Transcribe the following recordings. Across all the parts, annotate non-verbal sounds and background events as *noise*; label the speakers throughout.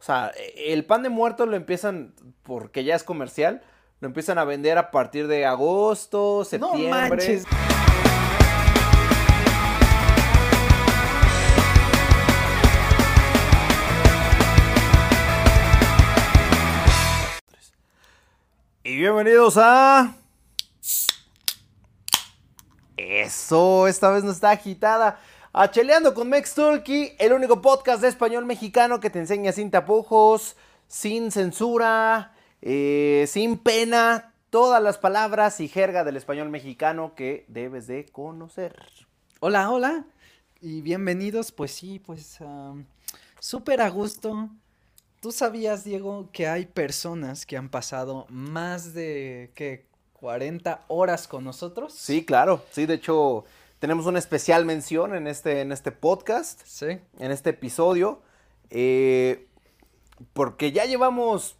Speaker 1: O sea, el pan de muerto lo empiezan, porque ya es comercial, lo empiezan a vender a partir de agosto, septiembre. No manches. Y bienvenidos a... Eso, esta vez no está agitada. A Cheleando con Mex Tulki, el único podcast de español mexicano que te enseña sin tapujos, sin censura, eh, sin pena, todas las palabras y jerga del español mexicano que debes de conocer.
Speaker 2: Hola, hola. Y bienvenidos, pues sí, pues um, súper a gusto. ¿Tú sabías, Diego, que hay personas que han pasado más de, que 40 horas con nosotros?
Speaker 1: Sí, claro. Sí, de hecho tenemos una especial mención en este, en este podcast.
Speaker 2: Sí.
Speaker 1: En este episodio. eh, porque ya llevamos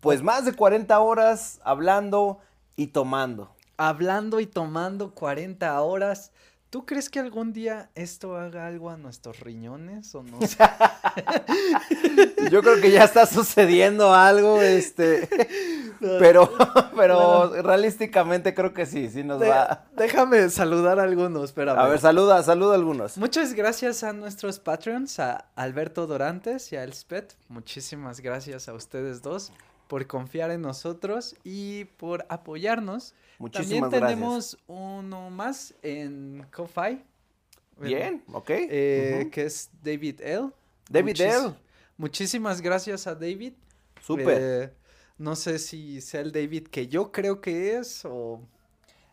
Speaker 1: pues más de 40 horas hablando y tomando.
Speaker 2: Hablando y tomando 40 horas. ¿Tú crees que algún día esto haga algo a nuestros riñones o no?
Speaker 1: Yo creo que ya está sucediendo algo,
Speaker 2: *laughs*
Speaker 1: este, *laughs* pero, pero realísticamente creo que sí, sí nos
Speaker 2: De-
Speaker 1: va.
Speaker 2: Déjame saludar a algunos, espérame.
Speaker 1: A ver, saluda, saluda a algunos.
Speaker 2: Muchas gracias a nuestros Patreons, a Alberto Dorantes y a Elspeth. Muchísimas gracias a ustedes dos por confiar en nosotros y por apoyarnos.
Speaker 1: Muchísimas
Speaker 2: También
Speaker 1: gracias.
Speaker 2: tenemos uno más en Ko-Fi.
Speaker 1: Bien, ok.
Speaker 2: Eh,
Speaker 1: Ujú.
Speaker 2: Que es David L.
Speaker 1: David L.
Speaker 2: Muchísimas gracias a David.
Speaker 1: Súper.
Speaker 2: Eh, no sé si sea el David que yo creo que es o...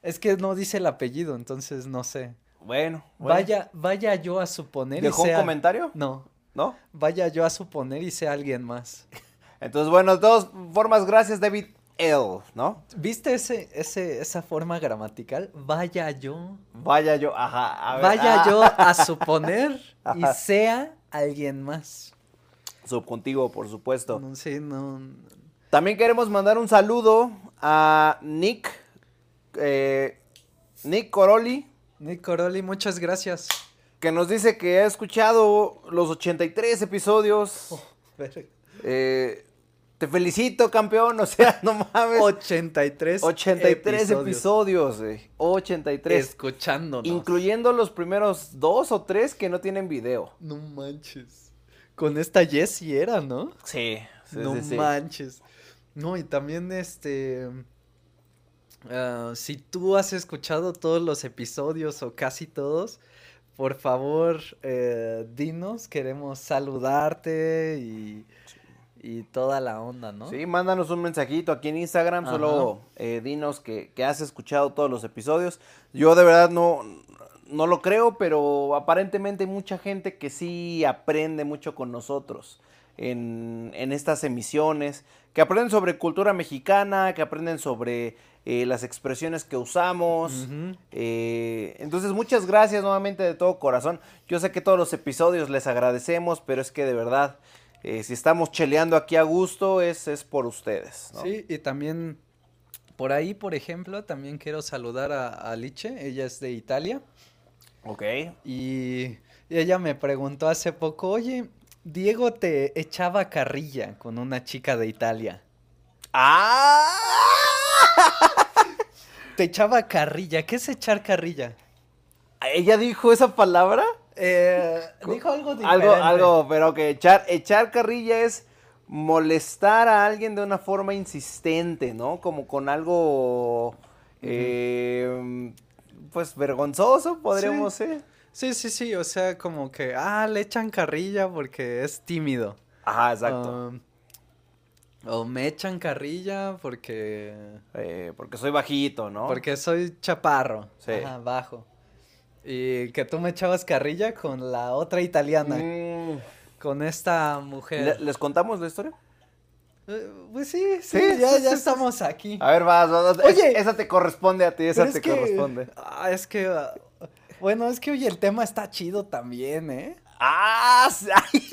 Speaker 2: Es que no dice el apellido, entonces no sé.
Speaker 1: Bueno, bueno.
Speaker 2: Vaya, vaya yo a suponer y
Speaker 1: ¿Dejó un
Speaker 2: sea-
Speaker 1: comentario?
Speaker 2: No,
Speaker 1: ¿No?
Speaker 2: vaya yo a suponer y sea alguien más.
Speaker 1: Entonces, bueno, de todas formas, gracias, David L, ¿no?
Speaker 2: ¿Viste ese, ese, esa forma gramatical? Vaya yo.
Speaker 1: Vaya yo, ajá. a ver,
Speaker 2: Vaya
Speaker 1: ah,
Speaker 2: yo
Speaker 1: *laughs*
Speaker 2: a suponer y
Speaker 1: Ajá.
Speaker 2: sea alguien más.
Speaker 1: Subcontigo, por supuesto.
Speaker 2: No sé, no.
Speaker 1: También queremos mandar un saludo a Nick, eh, Nick Coroli,
Speaker 2: Nick Coroli, muchas gracias.
Speaker 1: que nos dice que ha escuchado los 83 episodios. Pues,
Speaker 2: Verga.
Speaker 1: Eh, te felicito, campeón, o sea, no mames.
Speaker 2: 83
Speaker 1: 83 episodios, güey, 83.
Speaker 2: Escuchándonos.
Speaker 1: Incluyendo los primeros dos o tres que no tienen video.
Speaker 2: No manches. Con esta Jessie era, ¿no?
Speaker 1: Sí,
Speaker 2: no manches. No, y también este. ah, si tú has escuchado todos los episodios o casi todos, por favor, eh, dinos, queremos saludarte y, y toda la onda, ¿no?
Speaker 1: Sí, mándanos un mensajito aquí en Instagram,
Speaker 2: Ajá.
Speaker 1: solo eh, dinos que, que has escuchado todos los episodios. Yo de verdad no, no lo creo, pero aparentemente hay mucha gente que sí aprende mucho con nosotros en, en estas emisiones, que aprenden sobre cultura mexicana, que aprenden sobre eh, las expresiones que usamos.
Speaker 2: Ujú.
Speaker 1: Eh, entonces, muchas gracias nuevamente de todo corazón. Yo sé que todos los episodios les agradecemos, pero es que de verdad, eh, si estamos cheleando aquí a gusto, es, es por ustedes. ¿no?
Speaker 2: Sí, y también por ahí, por ejemplo, también quiero saludar a, a Liche, ella es de Italia.
Speaker 1: Ok.
Speaker 2: Y y ella me preguntó hace poco, oye, Diego te echaba carrilla con una chica de Italia.
Speaker 1: ¡Ah!
Speaker 2: Te echaba carrilla. ¿Qué es echar carrilla?
Speaker 1: ¿Ella dijo esa palabra?
Speaker 2: dijo algo
Speaker 1: Eh, Algo, algo, pero que echar, echar carrilla es molestar a alguien de una forma insistente, ¿no? Como con algo, eh, pues, vergonzoso, podríamos ser.
Speaker 2: Sí, sí, sí. O sea, como que, ah, le echan carrilla porque es tímido.
Speaker 1: Ajá, exacto.
Speaker 2: Um, o me echan carrilla porque...
Speaker 1: Eh, porque soy bajito, ¿no?
Speaker 2: Porque soy chaparro.
Speaker 1: Sí.
Speaker 2: Ajá, bajo. Y que tú me echabas carrilla con la otra italiana.
Speaker 1: Mm.
Speaker 2: Con esta mujer.
Speaker 1: ¿Le- ¿Les contamos la historia?
Speaker 2: Eh, Pues sí, sí,
Speaker 1: Sí,
Speaker 2: ya,
Speaker 1: sí, sí,
Speaker 2: ya
Speaker 1: sí,
Speaker 2: estamos aquí.
Speaker 1: A ver, vas, vas, vas.
Speaker 2: Oye.
Speaker 1: Es- esa te corresponde a ti, esa
Speaker 2: Pero
Speaker 1: te
Speaker 2: es que-
Speaker 1: corresponde.
Speaker 2: Ah, es que. ah, Bueno, es que hoy el tema está chido también, ¿eh?
Speaker 1: ¡Ah! sí, *laughs* ay.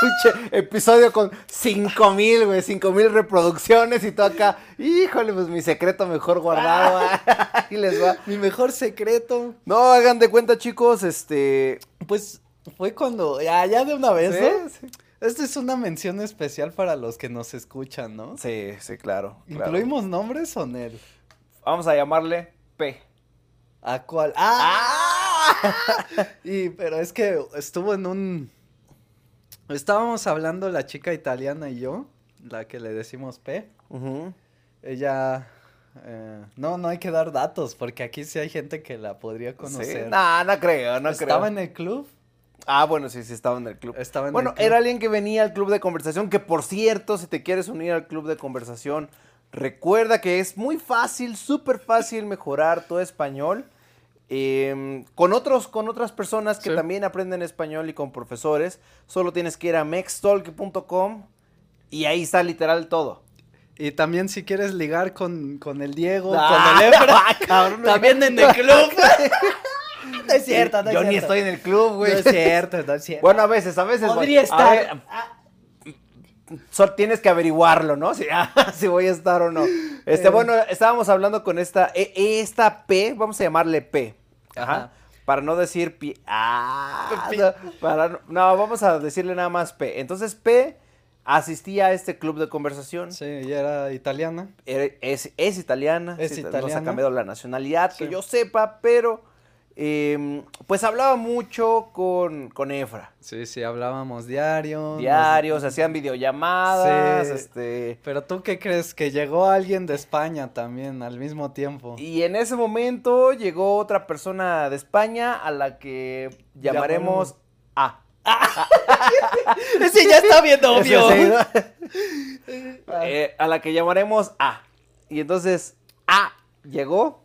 Speaker 1: Pinche Episodio con 5 mil, güey, 5 mil reproducciones y todo acá. Híjole, pues mi secreto mejor guardado. *laughs* Y les va.
Speaker 2: Mi mejor secreto.
Speaker 1: No, hagan de cuenta, chicos, este.
Speaker 2: Pues fue cuando. Ya, ya de una vez, ¿no?
Speaker 1: ¿sí?
Speaker 2: Esta es una mención especial para los que nos escuchan, ¿no?
Speaker 1: Sí, sí, claro. claro.
Speaker 2: ¿Incluimos nombres o Nel?
Speaker 1: Vamos a llamarle P.
Speaker 2: ¿A cuál? ¡Ah! y, pero es que estuvo en un... Estábamos hablando la chica italiana y yo, la que le decimos P.
Speaker 1: *laughs* Ujú.
Speaker 2: Ella... eh, no, no hay que dar datos porque aquí sí hay gente que la podría
Speaker 1: Sí.
Speaker 2: conocer.
Speaker 1: No, no creo, no creo.
Speaker 2: ¿Estaba en el club?
Speaker 1: Ah, bueno, sí, sí, estaba en el club.
Speaker 2: Estaba en
Speaker 1: bueno,
Speaker 2: el club.
Speaker 1: era alguien que venía al club de conversación, que por cierto, si te quieres unir al club de conversación, recuerda que es muy fácil, súper fácil mejorar tu español. eh, con, otros, con otras personas que
Speaker 2: Sí.
Speaker 1: también aprenden español y con profesores, solo tienes que ir a mextalk.com y ahí está literal todo.
Speaker 2: Y también si quieres ligar con, con el Diego,
Speaker 1: *laughs* Ah,
Speaker 2: con el Efra,
Speaker 1: ah, cabrón,
Speaker 2: también en el club.
Speaker 1: *laughs*
Speaker 2: *laughs* no es cierto, no es
Speaker 1: Yo
Speaker 2: cierto.
Speaker 1: ni estoy en el club,
Speaker 2: No
Speaker 1: güey.
Speaker 2: es cierto, no es cierto.
Speaker 1: Bueno, a veces, a veces. güey.
Speaker 2: Podría
Speaker 1: A
Speaker 2: estar.
Speaker 1: ver, Sol- tienes que averiguarlo, ¿no? *laughs* Si, ah, si voy a estar o no. Este,
Speaker 2: Eh.
Speaker 1: bueno, estábamos hablando con esta, e- esta P, vamos a llamarle P. Ajá.
Speaker 2: Ajá.
Speaker 1: Para no decir pi. Ah,
Speaker 2: Pi.
Speaker 1: no, para no- no, vamos a decirle nada más P. Entonces P asistía a este club de conversación.
Speaker 2: Sí, ella era italiana.
Speaker 1: Era- es, es italiana.
Speaker 2: Es
Speaker 1: sí, Nos ha
Speaker 2: italiana.
Speaker 1: cambiado la nacionalidad, que
Speaker 2: Sí.
Speaker 1: yo sepa, pero eh, pues hablaba mucho con, con Efra.
Speaker 2: Sí, sí, hablábamos diario.
Speaker 1: Diarios, hacían videollamadas,
Speaker 2: Sí.
Speaker 1: este...
Speaker 2: Pero tú qué crees que llegó alguien de España también al
Speaker 1: *laughs*
Speaker 2: mismo tiempo.
Speaker 1: Y en ese momento llegó otra persona de España a la que llamaremos A.
Speaker 2: Ese ya está *laughs* bien *laughs*
Speaker 1: *laughs* Eh, a la que llamaremos A. Y entonces A llegó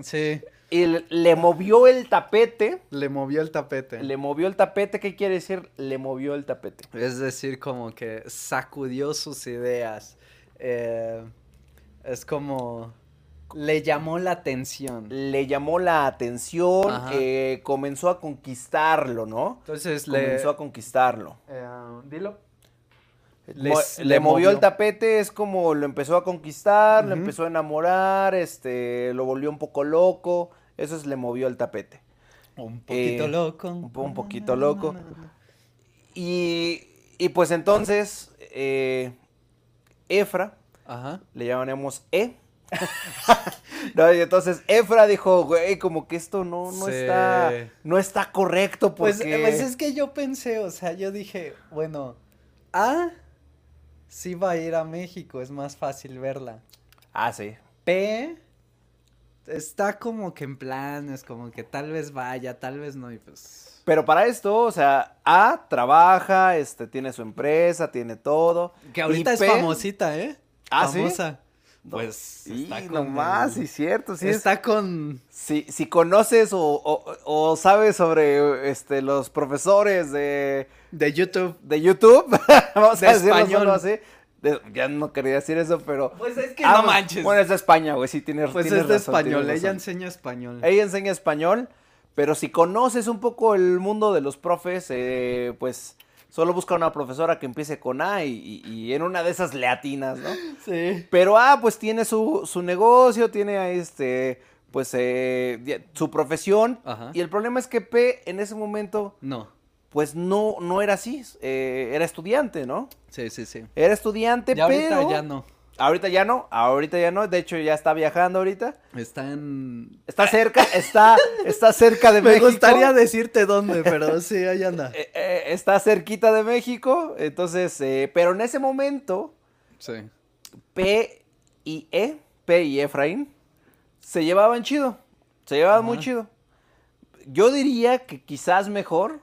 Speaker 2: Sí,
Speaker 1: y le- le movió el tapete.
Speaker 2: le movió el tapete.
Speaker 1: Le movió el tapete, ¿qué quiere decir? Le movió el tapete.
Speaker 2: Es decir, como que sacudió sus ideas. Eh, es como. Le llamó la atención.
Speaker 1: Le llamó la atención,
Speaker 2: Ajá.
Speaker 1: eh, comenzó a conquistarlo, ¿no?
Speaker 2: Entonces le.
Speaker 1: Comenzó a conquistarlo.
Speaker 2: Eh, dilo.
Speaker 1: Mo-
Speaker 2: Les-
Speaker 1: le
Speaker 2: le
Speaker 1: movió, el
Speaker 2: movió.
Speaker 1: tapete, es como lo empezó a conquistar, lo
Speaker 2: Ujú.
Speaker 1: empezó a enamorar, este, lo volvió un poco loco, eso es le movió el tapete.
Speaker 2: Un poquito
Speaker 1: Eh,
Speaker 2: loco.
Speaker 1: po- un poquito loco. Y, y pues entonces, eh, Efra,
Speaker 2: Ajá.
Speaker 1: le llamaremos
Speaker 2: *laughs*
Speaker 1: E. No, y entonces Efra dijo, güey, como que esto no, no
Speaker 2: Sí.
Speaker 1: está, no está correcto porque...
Speaker 2: Pues, eh, pues es que yo pensé, o sea, yo dije, bueno, A sí va a ir a México, es más fácil verla.
Speaker 1: Ah, sí.
Speaker 2: P está como que en planes, como que tal vez vaya, tal vez no, y pues.
Speaker 1: Pero para esto, o sea, A trabaja, este, tiene su empresa, tiene todo.
Speaker 2: Que
Speaker 1: Y
Speaker 2: ahorita es
Speaker 1: P,
Speaker 2: famosita, ¿eh?
Speaker 1: Ah, ¿sí?
Speaker 2: Famosa.
Speaker 1: No,
Speaker 2: Pues.
Speaker 1: Sí,
Speaker 2: con
Speaker 1: nomás,
Speaker 2: el-
Speaker 1: sí, cierto, sí. es-
Speaker 2: está con.
Speaker 1: Si, si conoces o, o- o sabes sobre este, los profesores de,
Speaker 2: De YouTube.
Speaker 1: de YouTube, *laughs* vamos
Speaker 2: De
Speaker 1: a decirlo
Speaker 2: español.
Speaker 1: solo así. de- ya no quería decir eso, pero...
Speaker 2: Pues es que
Speaker 1: Ah,
Speaker 2: no
Speaker 1: bueno,
Speaker 2: manches.
Speaker 1: Bueno, es de España, güey, sí, tienes
Speaker 2: pues
Speaker 1: tienes
Speaker 2: es de
Speaker 1: razón,
Speaker 2: español,
Speaker 1: tienes
Speaker 2: ella
Speaker 1: razón.
Speaker 2: enseña español.
Speaker 1: Ella enseña español, pero si conoces un poco el mundo de los profes, eh, pues solo busca una profesora que empiece con A y, y- y en una de esas latinas, ¿no?
Speaker 2: Sí.
Speaker 1: Pero ah, pues tiene su, su negocio, tiene ah, este, pues eh, ya- su profesión.
Speaker 2: Ajá.
Speaker 1: Y el problema es que P en ese momento,
Speaker 2: No.
Speaker 1: pues no, no era así. eh, era estudiante, ¿no?
Speaker 2: Sí, sí, sí.
Speaker 1: Era estudiante,
Speaker 2: Ya
Speaker 1: pero.
Speaker 2: ahorita ya no.
Speaker 1: Ahorita ya no, ahorita ya no. De hecho, ya está viajando ahorita.
Speaker 2: Está en.
Speaker 1: Está cerca,
Speaker 2: *laughs*
Speaker 1: está, está cerca de
Speaker 2: Ah. Me
Speaker 1: México.
Speaker 2: gustaría decirte *laughs* dónde, pero sí, ahí anda.
Speaker 1: eh, eh, está cerquita de México. Entonces, eh, pero en ese momento,
Speaker 2: Sí.
Speaker 1: P y E, P y Efraín, se llevaban chido. Se llevaban muy
Speaker 2: Ajá.
Speaker 1: chido. Yo diría que quizás mejor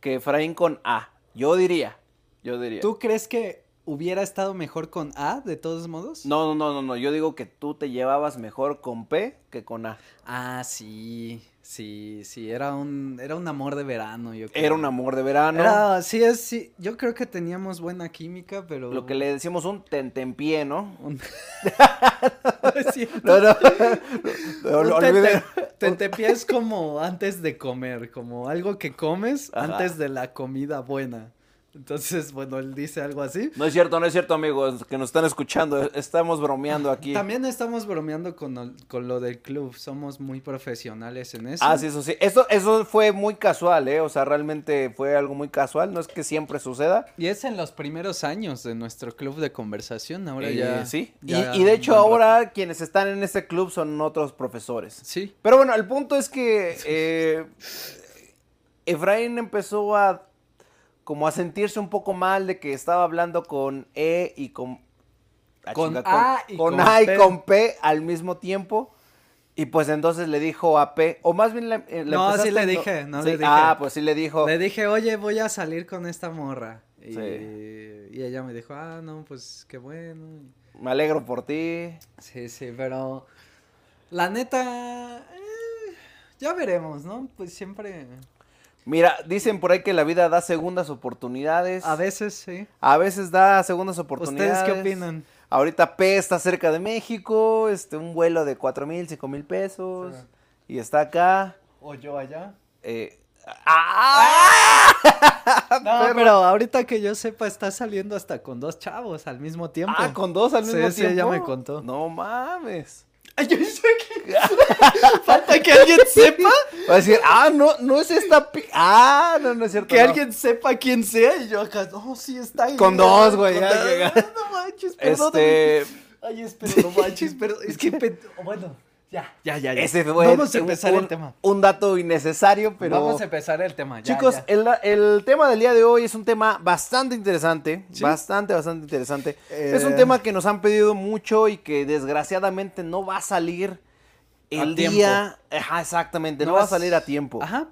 Speaker 1: que Efraín con A. Yo diría. Yo diría.
Speaker 2: ¿Tú crees que hubiera estado mejor con A de todos modos?
Speaker 1: No, no, no, no, no. Yo digo que tú te llevabas mejor con P que con A.
Speaker 2: Ah, sí. Sí, sí. Era un, era un amor de verano, yo creo.
Speaker 1: Era un amor de verano.
Speaker 2: Era- sí, es, sí. Yo creo que teníamos buena química, pero.
Speaker 1: Lo que le decimos un tentempié, ¿no?
Speaker 2: Un- *laughs* Es cierto.
Speaker 1: No, no. *laughs* No,
Speaker 2: Un
Speaker 1: no,
Speaker 2: tente-
Speaker 1: olviden-
Speaker 2: tentepié es como antes de comer, como algo que comes
Speaker 1: Ajá.
Speaker 2: antes de la comida buena. Entonces, bueno, él dice algo así.
Speaker 1: No es cierto, no es cierto, amigos, que nos están escuchando. Estamos bromeando aquí.
Speaker 2: También estamos bromeando con, el- con lo del club. Somos muy profesionales en eso.
Speaker 1: Ah, sí, eso sí. Esto, eso fue muy casual, ¿eh? O sea, realmente fue algo muy casual. No es que siempre suceda.
Speaker 2: Y es en los primeros años de nuestro club de conversación. Ahora
Speaker 1: Eh,
Speaker 2: ya.
Speaker 1: Sí. Y-
Speaker 2: ya
Speaker 1: y, de hecho,
Speaker 2: buen
Speaker 1: ahora quienes están en este club son otros profesores.
Speaker 2: rato. Sí.
Speaker 1: Pero bueno, el punto es que eh, Efraín empezó a como a sentirse un poco mal de que estaba hablando con E y con ah,
Speaker 2: Con
Speaker 1: chinga,
Speaker 2: A y
Speaker 1: con
Speaker 2: con
Speaker 1: A y
Speaker 2: P.
Speaker 1: con P al mismo tiempo. Y pues entonces le dijo a P, o más bien le, eh,
Speaker 2: No, sí
Speaker 1: empezaste
Speaker 2: le
Speaker 1: a-
Speaker 2: dije, no le dije.
Speaker 1: Ah, pues sí le dijo.
Speaker 2: Le dije, oye, voy a salir con esta morra. Y,
Speaker 1: Sí.
Speaker 2: y ella me dijo, ah, no, pues qué bueno.
Speaker 1: Me alegro por ti.
Speaker 2: Sí, sí, pero la neta, eh, ya veremos, ¿no? Pues siempre,
Speaker 1: Mira, dicen por ahí que la vida da segundas oportunidades.
Speaker 2: a veces, sí.
Speaker 1: A veces da segundas
Speaker 2: ¿Ustedes
Speaker 1: oportunidades.
Speaker 2: qué opinan?
Speaker 1: Ahorita P está cerca de México, este, un vuelo de cuatro mil, cinco mil pesos.
Speaker 2: Ajá.
Speaker 1: Y está acá.
Speaker 2: ¿O yo allá?
Speaker 1: eh, ¡ah!
Speaker 2: No,
Speaker 1: Perro.
Speaker 2: pero ahorita que yo sepa, está saliendo hasta con dos chavos al mismo tiempo.
Speaker 1: Ah, con dos al
Speaker 2: Sí,
Speaker 1: mismo
Speaker 2: sí,
Speaker 1: tiempo.
Speaker 2: ella me contó.
Speaker 1: No mames.
Speaker 2: Ay, yo sé
Speaker 1: *laughs*
Speaker 2: que... Falta que alguien sepa,
Speaker 1: Va a decir, ah, no, no es esta. pi- Ah, no, no es cierto.
Speaker 2: que
Speaker 1: no.
Speaker 2: alguien sepa quién sea y yo acá, no, sí está ahí.
Speaker 1: Con dos, güey,
Speaker 2: Con
Speaker 1: ya
Speaker 2: dos. "Ah,
Speaker 1: llega.
Speaker 2: No manches, perdón.
Speaker 1: Este.
Speaker 2: Ay, espera,
Speaker 1: *laughs*
Speaker 2: no manches, perdón. Es que, pe- bueno, ya, ya, ya. ya.
Speaker 1: Ese fue
Speaker 2: Vamos a
Speaker 1: un-
Speaker 2: empezar
Speaker 1: un-
Speaker 2: el tema.
Speaker 1: Un dato innecesario, pero.
Speaker 2: Vamos a empezar el tema. ya,
Speaker 1: Chicos,
Speaker 2: ya.
Speaker 1: El, el tema del día de hoy es un tema bastante interesante,
Speaker 2: Sí.
Speaker 1: bastante, bastante interesante.
Speaker 2: Eh.
Speaker 1: Es un tema que nos han pedido mucho y que desgraciadamente no va a salir
Speaker 2: A
Speaker 1: el
Speaker 2: tiempo.
Speaker 1: día, ajá, exactamente, no,
Speaker 2: No
Speaker 1: va a
Speaker 2: vas-
Speaker 1: salir a tiempo.
Speaker 2: Ajá.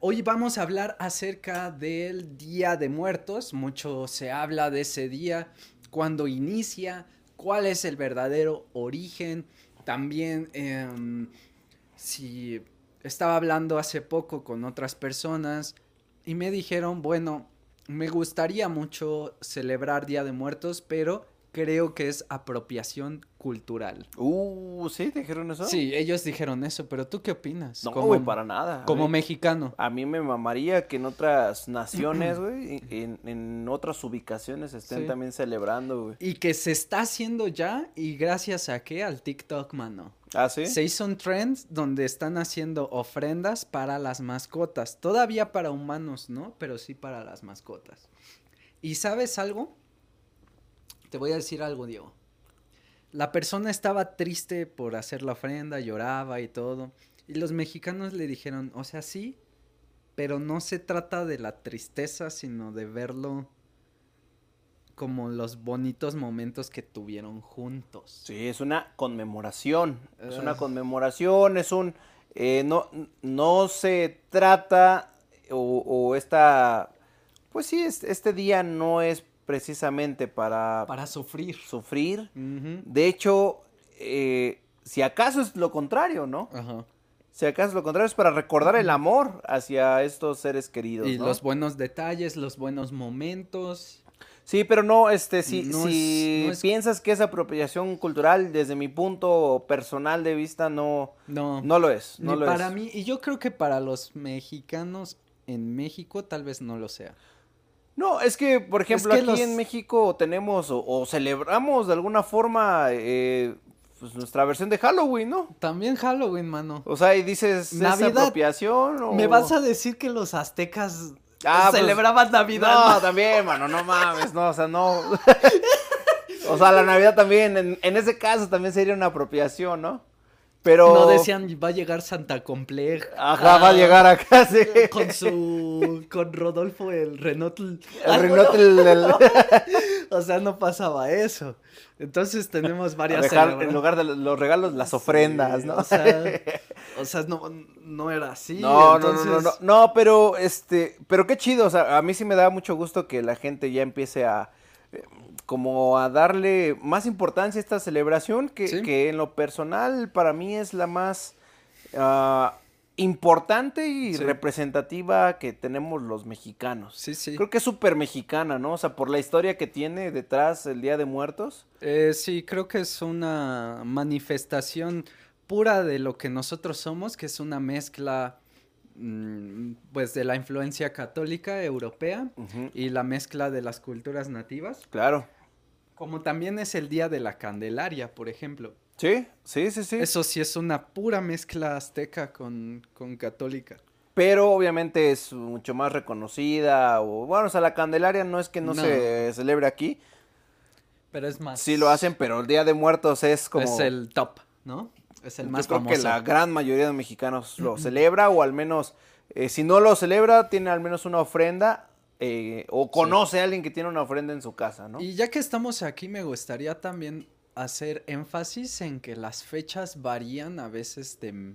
Speaker 2: Hoy vamos a hablar acerca del Día de Muertos. Mucho se habla de ese día, cuándo inicia, cuál es el verdadero origen. También, em, si estaba hablando hace poco con otras personas y me dijeron, bueno, me gustaría mucho celebrar Día de Muertos, pero creo que es apropiación cultural.
Speaker 1: Uh, ¿sí? ¿Te dijeron eso?
Speaker 2: Sí, ellos dijeron eso, pero ¿tú qué opinas?
Speaker 1: No,
Speaker 2: Como-
Speaker 1: güey, para nada. A
Speaker 2: como
Speaker 1: mí-
Speaker 2: mexicano.
Speaker 1: A mí me mamaría que en otras naciones, güey, en, en otras ubicaciones estén
Speaker 2: Sí.
Speaker 1: también celebrando, güey.
Speaker 2: Y que se está haciendo ya y gracias a qué? Al TikTok, mano.
Speaker 1: ¿Ah, sí?
Speaker 2: Se hizo un trend donde están haciendo ofrendas para las mascotas. Todavía para humanos, ¿no? Pero sí para las mascotas. ¿Y sabes algo? Te voy a decir algo, Diego. La persona estaba triste por hacer la ofrenda, lloraba y todo. Y los mexicanos le dijeron, o sea, sí, pero no se trata de la tristeza, sino de verlo como los bonitos momentos que tuvieron juntos.
Speaker 1: Sí, es una conmemoración. Es una
Speaker 2: Ah.
Speaker 1: conmemoración, es un... eh, no, no se trata o, o esta... Pues sí, es- este día no es precisamente para,
Speaker 2: Para sufrir.
Speaker 1: sufrir.
Speaker 2: Ujú.
Speaker 1: De hecho, eh, si acaso es lo contrario, ¿no?
Speaker 2: Ajá.
Speaker 1: Si acaso es lo contrario, es para recordar el amor hacia estos seres queridos.
Speaker 2: Y
Speaker 1: ¿no?
Speaker 2: los buenos detalles, los buenos momentos.
Speaker 1: Sí, pero no, este, si,
Speaker 2: No es-
Speaker 1: si
Speaker 2: no es-
Speaker 1: piensas que es apropiación cultural, desde mi punto personal de vista, no...
Speaker 2: No,
Speaker 1: No lo es, no
Speaker 2: ni
Speaker 1: lo
Speaker 2: para
Speaker 1: es.
Speaker 2: mí. Y yo creo que para los mexicanos en México tal vez no lo sea.
Speaker 1: No, es que, por ejemplo,
Speaker 2: que
Speaker 1: aquí
Speaker 2: los-
Speaker 1: en México tenemos o, o celebramos de alguna forma eh, pues, nuestra versión de Halloween, ¿no?
Speaker 2: También Halloween, mano.
Speaker 1: O sea, y dices, ¿es
Speaker 2: Navidad.
Speaker 1: apropiación o...?
Speaker 2: ¿Me vas a decir que los aztecas
Speaker 1: Ah, pues,
Speaker 2: celebraban
Speaker 1: No,
Speaker 2: Navidad?
Speaker 1: también, mano, no mames, no, o sea, no... o sea, la Navidad también, en, en ese caso también sería una apropiación, ¿no? Pero...
Speaker 2: No, decían va a llegar Santa Compleja.
Speaker 1: Ajá, va a llegar acá, sí.
Speaker 2: *laughs* Con su. con Rodolfo el Renotl.
Speaker 1: El
Speaker 2: Ay,
Speaker 1: Rinote, el- el-
Speaker 2: *laughs* O sea, no pasaba eso. Entonces tenemos varias
Speaker 1: dejar en
Speaker 2: celebra-
Speaker 1: lugar de los regalos, las ofrendas,
Speaker 2: Sí,
Speaker 1: ¿no? *laughs*
Speaker 2: O sea, o sea, no, no era así.
Speaker 1: No, no, no, no,
Speaker 2: entonces-
Speaker 1: no, no, pero este, pero qué chido, o sea, a mí sí me da mucho gusto que la gente ya empiece a eh, como a darle más importancia a esta celebración que,
Speaker 2: Sí.
Speaker 1: que en lo personal para mí es la más ah, importante y
Speaker 2: Sí.
Speaker 1: representativa que tenemos los mexicanos.
Speaker 2: Sí, sí.
Speaker 1: Creo que es súper mexicana, ¿no? O sea, por la historia que tiene detrás el Día de Muertos.
Speaker 2: Eh, sí, creo que es una manifestación pura de lo que nosotros somos, que es una mezcla pues de la influencia católica europea
Speaker 1: Ujú.
Speaker 2: y la mezcla de las culturas nativas,
Speaker 1: Claro.
Speaker 2: como también es el Día de la Candelaria, por ejemplo.
Speaker 1: Sí, sí, sí, sí.
Speaker 2: Eso sí es una pura mezcla azteca con, con católica.
Speaker 1: Pero obviamente es mucho más reconocida. O, bueno, o sea, la Candelaria no es que no,
Speaker 2: No.
Speaker 1: se celebre aquí.
Speaker 2: Pero es más.
Speaker 1: Sí lo hacen, pero el Día de Muertos es como...
Speaker 2: Es el top, ¿no? Es el
Speaker 1: Yo
Speaker 2: más
Speaker 1: creo
Speaker 2: famoso.
Speaker 1: que la gran mayoría de mexicanos lo celebra o al menos, eh, si no lo celebra, tiene al menos una ofrenda eh, o conoce a alguien que tiene una ofrenda en su casa, ¿no?
Speaker 2: Y ya que estamos aquí, me gustaría también hacer énfasis en que las fechas varían a veces de,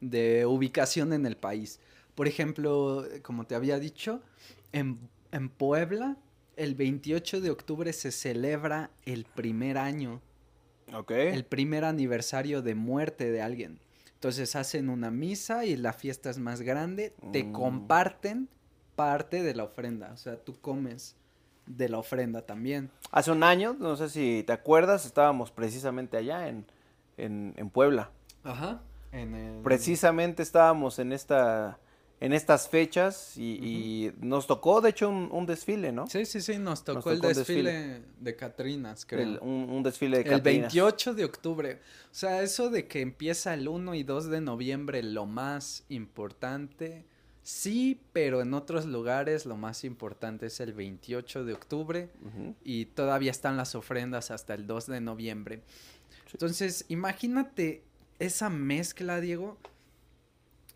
Speaker 2: de ubicación en el país. Por ejemplo, como te había dicho, en, en Puebla, el 28 de octubre se celebra el primer año,
Speaker 1: Ok.
Speaker 2: el primer aniversario de muerte de alguien. Entonces hacen una misa y la fiesta es más grande, te
Speaker 1: Mm.
Speaker 2: comparten parte de la ofrenda, o sea, tú comes de la ofrenda también.
Speaker 1: Hace un año, no sé si te acuerdas, estábamos precisamente allá en, en, en Puebla.
Speaker 2: Ajá. En el...
Speaker 1: Precisamente estábamos en esta en estas fechas y, y nos tocó, de hecho, un, un desfile, ¿no?
Speaker 2: Sí, sí, sí, nos tocó,
Speaker 1: tocó
Speaker 2: el
Speaker 1: un
Speaker 2: desfile,
Speaker 1: desfile.
Speaker 2: de Catrinas, creo.
Speaker 1: El-
Speaker 2: El,
Speaker 1: un, un desfile de Catrinas.
Speaker 2: 28 de octubre. O sea, eso de que empieza el 1 y 2 de noviembre, lo más importante. Sí, pero en otros lugares lo más importante es el 28 de octubre
Speaker 1: Ujú.
Speaker 2: y todavía están las ofrendas hasta el 2 de noviembre.
Speaker 1: Sí.
Speaker 2: Entonces, imagínate esa mezcla, Diego,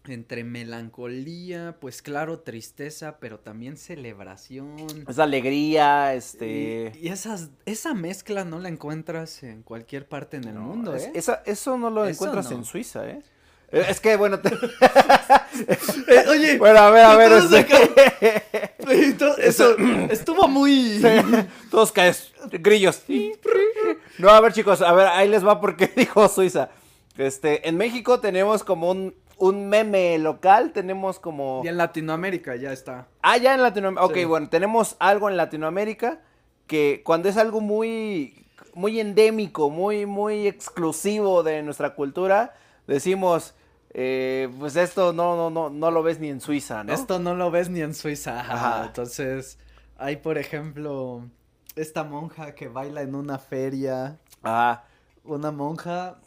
Speaker 2: entre melancolía, pues claro, tristeza, pero también celebración.
Speaker 1: Es alegría,
Speaker 2: Y,
Speaker 1: este...
Speaker 2: y esas, esa mezcla no la encuentras en cualquier parte en el
Speaker 1: No,
Speaker 2: mundo,
Speaker 1: es-
Speaker 2: ¿eh?
Speaker 1: esa- eso no lo
Speaker 2: Eso
Speaker 1: encuentras
Speaker 2: no.
Speaker 1: en Suiza, ¿eh? Eh, Es que, bueno, te-
Speaker 2: Eh, *laughs*
Speaker 1: *laughs*
Speaker 2: Oye,
Speaker 1: bueno, a ver, a ver,
Speaker 2: Todos
Speaker 1: este, *laughs*
Speaker 2: esto- eso estuvo muy...
Speaker 1: todos caes, grillos. No, a ver, chicos, a ver, ahí les va porque *laughs* dijo Suiza. Este, en México tenemos como un, un meme local, tenemos como...
Speaker 2: Y en Latinoamérica ya está.
Speaker 1: Ah, ya en Latinoamérica. Ok,
Speaker 2: Sí.
Speaker 1: bueno, tenemos algo en Latinoamérica que cuando es algo muy, muy endémico, muy, muy exclusivo de nuestra cultura, decimos, eh, pues esto no, no, no, no lo ves ni en Suiza, ¿no?
Speaker 2: Esto no lo ves ni en Suiza.
Speaker 1: Ajá.
Speaker 2: Entonces, hay por ejemplo esta monja que baila en una feria.
Speaker 1: Ajá.
Speaker 2: Una monja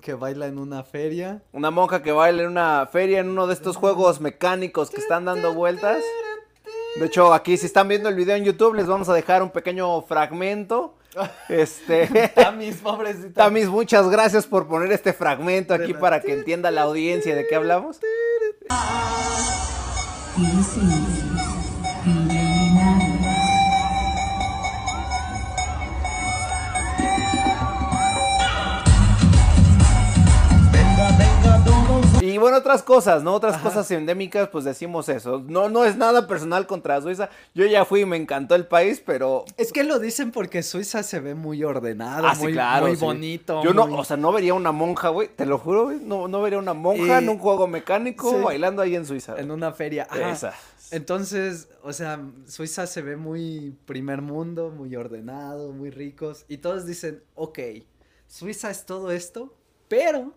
Speaker 2: que baila en una feria.
Speaker 1: Una monja que baila en una feria, en uno de estos juegos mecánicos que están dando vueltas. De hecho, aquí si están viendo el video en YouTube, les vamos a dejar un pequeño
Speaker 2: *laughs*
Speaker 1: fragmento. Este. *laughs*
Speaker 2: Tamis, pobrecita.
Speaker 1: Tamis, muchas gracias por poner este fragmento
Speaker 2: De
Speaker 1: aquí
Speaker 2: la-
Speaker 1: para que entienda la audiencia de qué hablamos.
Speaker 3: Piscis, Virinaria.
Speaker 1: Y bueno, otras cosas, ¿no? Otras
Speaker 2: Ajá.
Speaker 1: cosas endémicas, pues decimos eso. No, no es nada personal contra Suiza. Yo ya fui y me encantó el país, pero.
Speaker 2: Es que lo dicen porque Suiza se ve muy ordenado,
Speaker 1: Ah, sí,
Speaker 2: muy,
Speaker 1: claro,
Speaker 2: muy
Speaker 1: sí.
Speaker 2: bonito.
Speaker 1: Yo no,
Speaker 2: muy-
Speaker 1: o sea, no vería una monja, güey. Te lo juro, güey. No, no vería una monja
Speaker 2: Eh,
Speaker 1: en un juego mecánico
Speaker 2: sí.
Speaker 1: bailando ahí en Suiza.
Speaker 2: en una feria.
Speaker 1: güey.
Speaker 2: Ajá.
Speaker 1: Esa.
Speaker 2: Entonces, o sea, Suiza se ve muy primer mundo, muy ordenado, muy ricos. Y todos dicen, ok, Suiza es todo esto, pero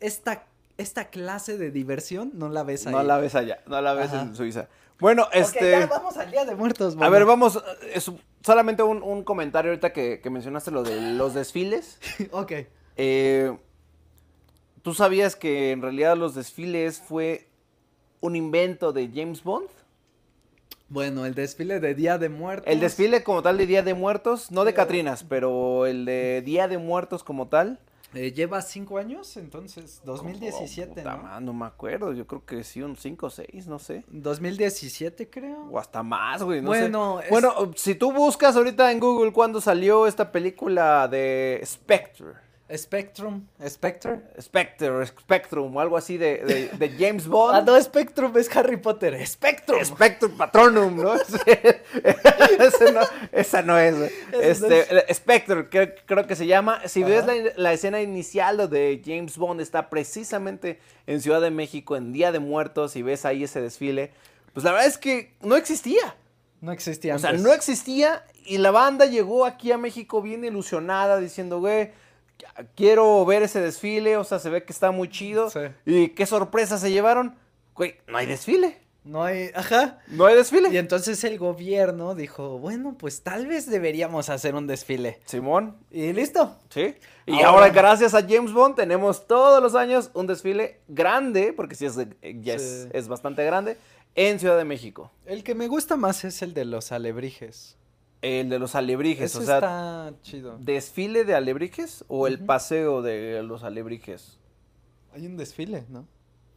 Speaker 2: esta, esta clase de diversión no la ves ahí.
Speaker 1: No la ves allá, no la ves
Speaker 2: Ajá.
Speaker 1: en Suiza. Bueno, este.
Speaker 2: Ok, ya vamos al Día de Muertos.
Speaker 1: A
Speaker 2: mamá.
Speaker 1: ver, vamos. eh, es solamente un, un comentario ahorita que, que mencionaste lo de los desfiles.
Speaker 2: *laughs* ok.
Speaker 1: Eh, ¿Tú sabías que en realidad los desfiles fue un invento de James Bond?
Speaker 2: Bueno, el desfile de Día de Muertos.
Speaker 1: El desfile como tal de Día de Muertos, no de Catrinas, pero el de Día de Muertos como tal.
Speaker 2: eh, lleva cinco años, entonces, 2017,
Speaker 1: Oh, Puta
Speaker 2: ¿no?
Speaker 1: ma- no me acuerdo, yo creo que sí, un 5 o 6, no sé.
Speaker 2: 2017, creo.
Speaker 1: O hasta más, güey, no
Speaker 2: Bueno,
Speaker 1: sé.
Speaker 2: es-
Speaker 1: Bueno, si tú buscas ahorita en Google cuándo salió esta película de Spectre.
Speaker 2: Spectrum. Spectre.
Speaker 1: Spectre, Spectrum, o algo así de, de- de James
Speaker 2: *laughs* Ah,
Speaker 1: Bond.
Speaker 2: no, Spectrum es Harry Potter. Spectrum.
Speaker 1: Spectrum Patronum, ¿no? *laughs* Ese- ese no- esa no es. güey.
Speaker 2: no
Speaker 1: Este,
Speaker 2: es.
Speaker 1: eh, Spectre, creo, creo que se llama. Si
Speaker 2: Ajá.
Speaker 1: ves la, la escena inicial de James Bond, está precisamente en Ciudad de México, en Día de Muertos, y ves ahí ese desfile. Pues la verdad es que no existía.
Speaker 2: No pues. existía
Speaker 1: O sea,
Speaker 2: antes.
Speaker 1: no existía y la banda llegó aquí a México bien ilusionada diciendo, güey, quiero ver ese desfile, o sea, se ve que está muy chido.
Speaker 2: Sí.
Speaker 1: Y qué sorpresa se llevaron Güey, no hay desfile.
Speaker 2: No hay, ajá.
Speaker 1: No hay desfile.
Speaker 2: Y entonces el gobierno dijo, bueno, pues tal vez deberíamos hacer un desfile.
Speaker 1: Simón,
Speaker 2: Y listo.
Speaker 1: sí. Y
Speaker 2: Ahora-
Speaker 1: ahora, gracias a James Bond, tenemos todos los años un desfile grande, porque sí es, eh, ya es-
Speaker 2: Sí.
Speaker 1: es bastante grande, en Ciudad de México.
Speaker 2: El que me gusta más es el de los alebrijes.
Speaker 1: El de los alebrijes,
Speaker 2: Eso
Speaker 1: o sea,
Speaker 2: está chido.
Speaker 1: ¿desfile de alebrijes o el
Speaker 2: Ujú.
Speaker 1: paseo de los alebrijes?
Speaker 2: Hay un desfile, ¿no?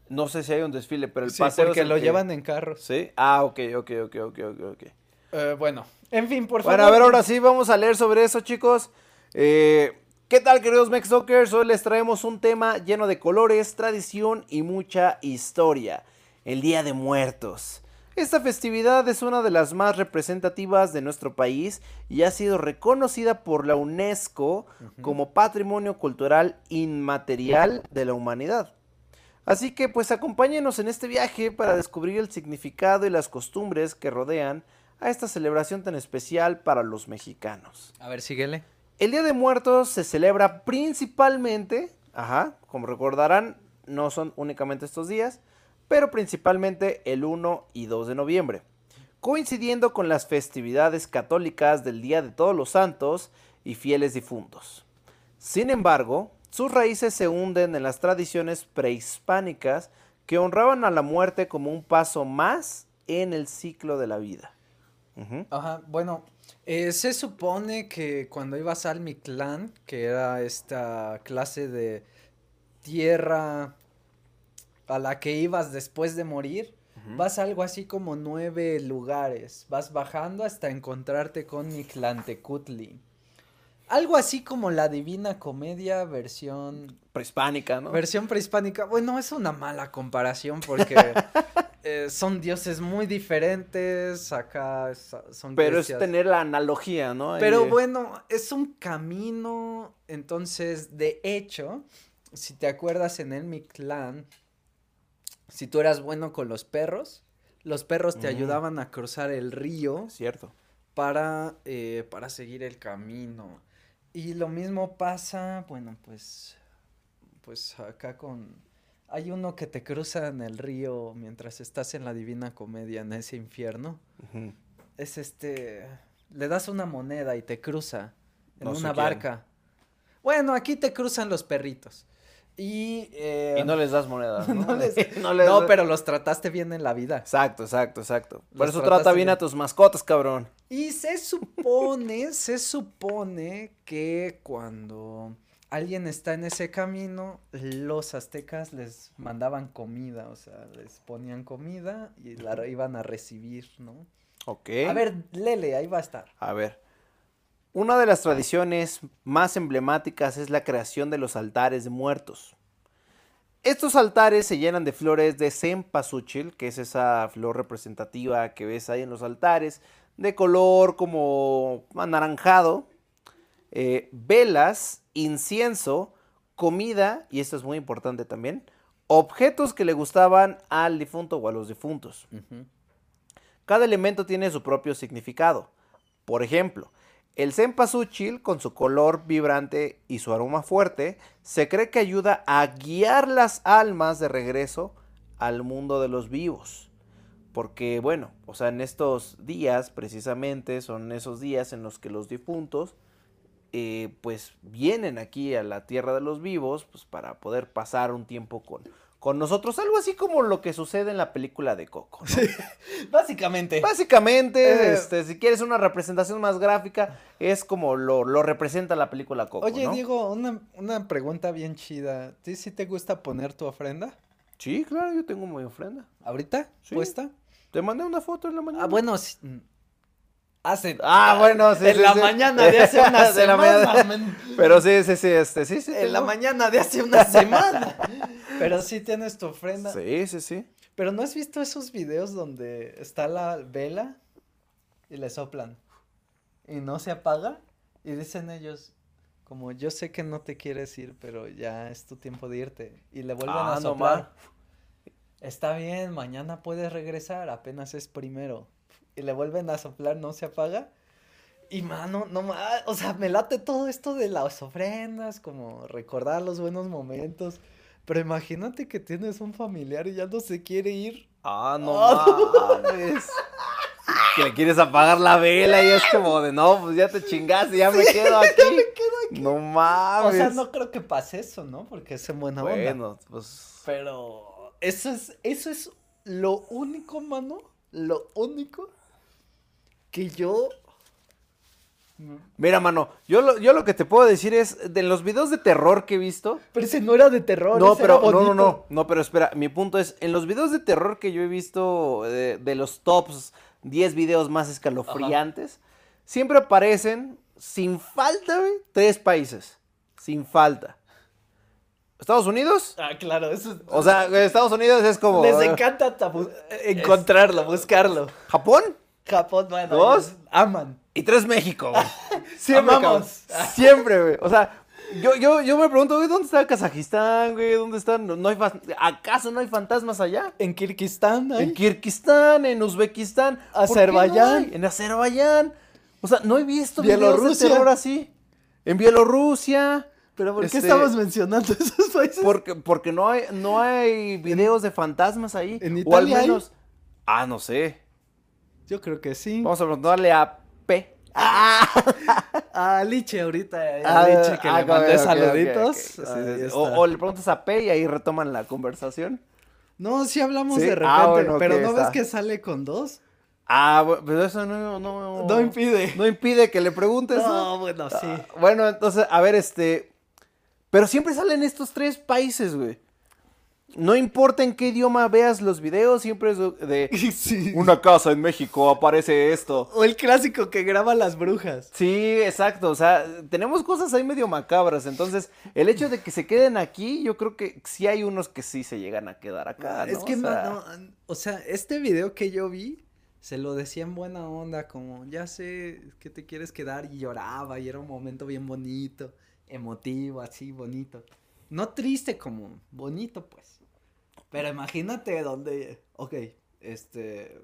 Speaker 1: No sé si hay un desfile, pero el
Speaker 2: sí,
Speaker 1: paseo es
Speaker 2: porque
Speaker 1: el
Speaker 2: lo
Speaker 1: que-
Speaker 2: llevan en carros.
Speaker 1: ¿Sí? Ah, ok, ok, ok, ok, ok, ok.
Speaker 2: Eh, bueno, en fin, por
Speaker 1: Bueno,
Speaker 2: favor.
Speaker 1: a ver, ahora sí vamos a leer sobre eso, chicos. Eh, ¿Qué tal, queridos Mextalkers? Hoy les traemos un tema lleno de colores, tradición y mucha historia. El Día de Muertos. Esta festividad es una de las más representativas de nuestro país y ha sido reconocida por la UNESCO
Speaker 2: Ujú.
Speaker 1: como Patrimonio Cultural Inmaterial de la Humanidad. Así que pues acompáñenos en este viaje para descubrir el significado y las costumbres que rodean a esta celebración tan especial para los mexicanos.
Speaker 2: A ver, síguele.
Speaker 1: El Día de Muertos se celebra principalmente, ajá, como recordarán, no son únicamente estos días, pero principalmente el 1 y 2 de noviembre, coincidiendo con las festividades católicas del Día de Todos los Santos y Fieles Difuntos. Sin embargo, sus raíces se hunden en las tradiciones prehispánicas que honraban a la muerte como un paso más en el ciclo de la vida. Ujú.
Speaker 2: Ajá, bueno, eh, se supone que cuando ibas al Mictlán, que era esta clase de tierra a la que ibas después de morir, vas algo así como nueve lugares, vas bajando hasta encontrarte con Mictlantecutli. Algo así como la Divina Comedia versión
Speaker 1: Prehispánica, ¿no?
Speaker 2: Versión prehispánica. Bueno, es una mala comparación
Speaker 1: *laughs*
Speaker 2: porque eh, son dioses muy diferentes. Acá sa- son
Speaker 1: Pero es
Speaker 2: bestias.
Speaker 1: tener la analogía, ¿no?
Speaker 2: Pero
Speaker 1: Eh,
Speaker 2: bueno, es un camino. Entonces, de hecho, si te acuerdas en el Mictlán, si tú eras bueno con los perros, los perros te
Speaker 1: Mm.
Speaker 2: ayudaban a cruzar el río
Speaker 1: Cierto.
Speaker 2: para, eh, para seguir el camino. Y lo mismo pasa, bueno, pues, pues acá con... Hay uno que te cruza en el río mientras estás en la Divina Comedia, en ese infierno. Es este... Le das una moneda y te cruza en
Speaker 1: No sé
Speaker 2: una
Speaker 1: quién.
Speaker 2: barca. Bueno, aquí te cruzan los perritos. Y... eh,
Speaker 1: Y no les das
Speaker 2: *laughs*
Speaker 1: monedas, ¿no?
Speaker 2: No les-
Speaker 1: *laughs* No les
Speaker 2: no,
Speaker 1: das-
Speaker 2: pero los trataste bien en la vida.
Speaker 1: Exacto, exacto, exacto. Por
Speaker 2: Los
Speaker 1: eso
Speaker 2: trataste
Speaker 1: trata bien
Speaker 2: bien.
Speaker 1: a tus mascotas, cabrón.
Speaker 2: Y se supone, *laughs* se supone que cuando alguien está en ese camino, los aztecas les mandaban comida, o sea, les ponían comida y la re- iban a recibir, ¿no?
Speaker 1: Ok.
Speaker 2: A ver, Lele, ahí va a estar.
Speaker 1: A ver. Una de las tradiciones más emblemáticas es la creación de los altares de muertos. Estos altares se llenan de flores de cempasúchil, que es esa flor representativa que ves ahí en los altares, de color como anaranjado, eh, velas, incienso, comida, y esto es muy importante también, objetos que le gustaban al difunto o a los difuntos. Cada elemento tiene su propio significado. Por ejemplo, el cempasúchil, con su color vibrante y su aroma fuerte, se cree que ayuda a guiar las almas de regreso al mundo de los vivos. Porque, bueno, o sea, en estos días, precisamente, son esos días en los que los difuntos, eh, pues, vienen aquí a la tierra de los vivos, pues, para poder pasar un tiempo con, con nosotros. Algo así como lo que sucede en la película de Coco. ¿no?
Speaker 2: Básicamente.
Speaker 1: Básicamente,
Speaker 2: Eh,
Speaker 1: este, si quieres una representación más gráfica, es como lo, lo representa la película Coco,
Speaker 2: Oye,
Speaker 1: ¿no?
Speaker 2: Diego, una, una pregunta bien chida. ¿Ti sí te gusta poner tu ofrenda?
Speaker 1: Sí, claro, yo tengo mi ofrenda.
Speaker 2: ¿Ahorita?
Speaker 1: Sí.
Speaker 2: ¿Puesta?
Speaker 1: Te mandé una foto en la mañana.
Speaker 2: Ah, bueno, sí. Hace.
Speaker 1: Ah, bueno, sí,
Speaker 2: en
Speaker 1: sí,
Speaker 2: la
Speaker 1: sí.
Speaker 2: *laughs* mañana de
Speaker 1: *laughs*
Speaker 2: hace una
Speaker 1: De la
Speaker 2: semana,
Speaker 1: mañana.
Speaker 2: men.
Speaker 1: Pero sí, sí, sí, este, sí, sí.
Speaker 2: En la
Speaker 1: tengo.
Speaker 2: mañana de hace una semana. *laughs* Pero sí tienes tu ofrenda.
Speaker 1: Sí, sí, sí.
Speaker 2: Pero ¿no has visto esos videos donde está la vela y le soplan y no se apaga? Y dicen ellos, como yo sé que no te quieres ir, pero ya es tu tiempo de irte. Y le vuelven
Speaker 1: Ah,
Speaker 2: a
Speaker 1: no
Speaker 2: soplar.
Speaker 1: ma.
Speaker 2: Está bien, mañana puedes regresar, apenas es primero. Y le vuelven a soplar, no se apaga. Y mano, no ma- o sea, me late todo esto de las ofrendas, como recordar los buenos momentos. Pero imagínate que tienes un familiar y ya no se quiere ir.
Speaker 1: Ah, no
Speaker 2: Ah, *laughs*
Speaker 1: mames. Que le quieres apagar la vela y es como de no, pues ya te chingaste, ya me quedo
Speaker 2: *laughs*
Speaker 1: aquí. No
Speaker 2: O
Speaker 1: mames.
Speaker 2: sea, no creo que pase eso, ¿no? Porque es en buena onda.
Speaker 1: Ah, bueno, pues.
Speaker 2: Pero eso es, eso es lo único, mano. Lo único que yo.
Speaker 1: Mira, mano, yo lo, yo lo que te puedo decir es, de los videos de terror que he visto,
Speaker 2: Pero ese no era de terror.
Speaker 1: No,
Speaker 2: ese era
Speaker 1: pero no, no, no,
Speaker 2: bonito.
Speaker 1: no, pero espera, mi punto es, en los videos de terror que yo he visto de, de los tops 10 videos más escalofriantes, siempre aparecen, sin falta, güey, tres países, sin falta. Estados Unidos,
Speaker 2: Ah, claro, eso.
Speaker 1: o sea, güey, Estados Unidos es como
Speaker 2: les
Speaker 1: eh,
Speaker 2: encanta tabu- encontrarlo, buscarlo.
Speaker 1: Japón
Speaker 2: Japón, bueno.
Speaker 1: ¿Dos?
Speaker 2: ellos Aman.
Speaker 1: y tres México. güey. *laughs* Siempre, cabrón,
Speaker 2: Amamos.
Speaker 1: siempre, güey, o sea... Yo, yo, yo me pregunto, güey, ¿dónde está Kazajistán, güey? ¿Dónde están? No, no hay fan- ¿Acaso no hay fantasmas allá?
Speaker 2: En Kirguistán, hay.
Speaker 1: En Kirguistán, en Uzbekistán, ¿por qué no
Speaker 2: Azerbaiyán.
Speaker 1: hay? en Azerbaiyán. O sea, no he visto videos de
Speaker 2: Bielorrusia.
Speaker 1: terror así. En Bielorrusia.
Speaker 2: Pero ¿por qué
Speaker 1: Este-
Speaker 2: estamos mencionando esos países?
Speaker 1: Porque, porque no hay, no hay videos de fantasmas ahí.
Speaker 2: en
Speaker 1: o al
Speaker 2: Italia hay.
Speaker 1: menos. Ah, no sé.
Speaker 2: Yo creo que sí.
Speaker 1: Vamos a preguntarle a P.
Speaker 2: Ah. A Liche ahorita, eh,
Speaker 1: Ah,
Speaker 2: Liche que
Speaker 1: ah,
Speaker 2: le
Speaker 1: ok, ok,
Speaker 2: mandé
Speaker 1: ok, ok,
Speaker 2: saluditos.
Speaker 1: ok. Sí, sí,
Speaker 2: Ahí
Speaker 1: sí.
Speaker 2: está.
Speaker 1: O, o le preguntas a P y ahí retoman la conversación.
Speaker 2: No, sí hablamos
Speaker 1: Sí,
Speaker 2: de
Speaker 1: ah,
Speaker 2: repente,
Speaker 1: bueno, ok,
Speaker 2: pero no
Speaker 1: está.
Speaker 2: ves que sale con dos.
Speaker 1: Ah, bu- pero eso no, no,
Speaker 2: No impide.
Speaker 1: no impide que le preguntes. ¿no?
Speaker 2: No, bueno, sí.
Speaker 1: Ah, Bueno, entonces, a ver, este. Pero siempre salen estos tres países, güey. No importa en qué idioma veas los videos, siempre es de.
Speaker 2: *laughs* Sí.
Speaker 1: *laughs* Una casa en México aparece esto.
Speaker 2: O el clásico que graba las brujas.
Speaker 1: Sí, exacto. O sea, tenemos cosas ahí medio macabras. Entonces, el hecho de que se queden aquí, yo creo que sí hay unos que sí se llegan a quedar acá. ¿no?
Speaker 2: Es que,
Speaker 1: O sea,
Speaker 2: mano, o sea, este video que yo vi, se lo decía en buena onda, como, ya sé que te quieres quedar, y lloraba, y era un momento bien bonito, emotivo, así, bonito. No triste, como bonito, pues. Pero imagínate donde, ok, este,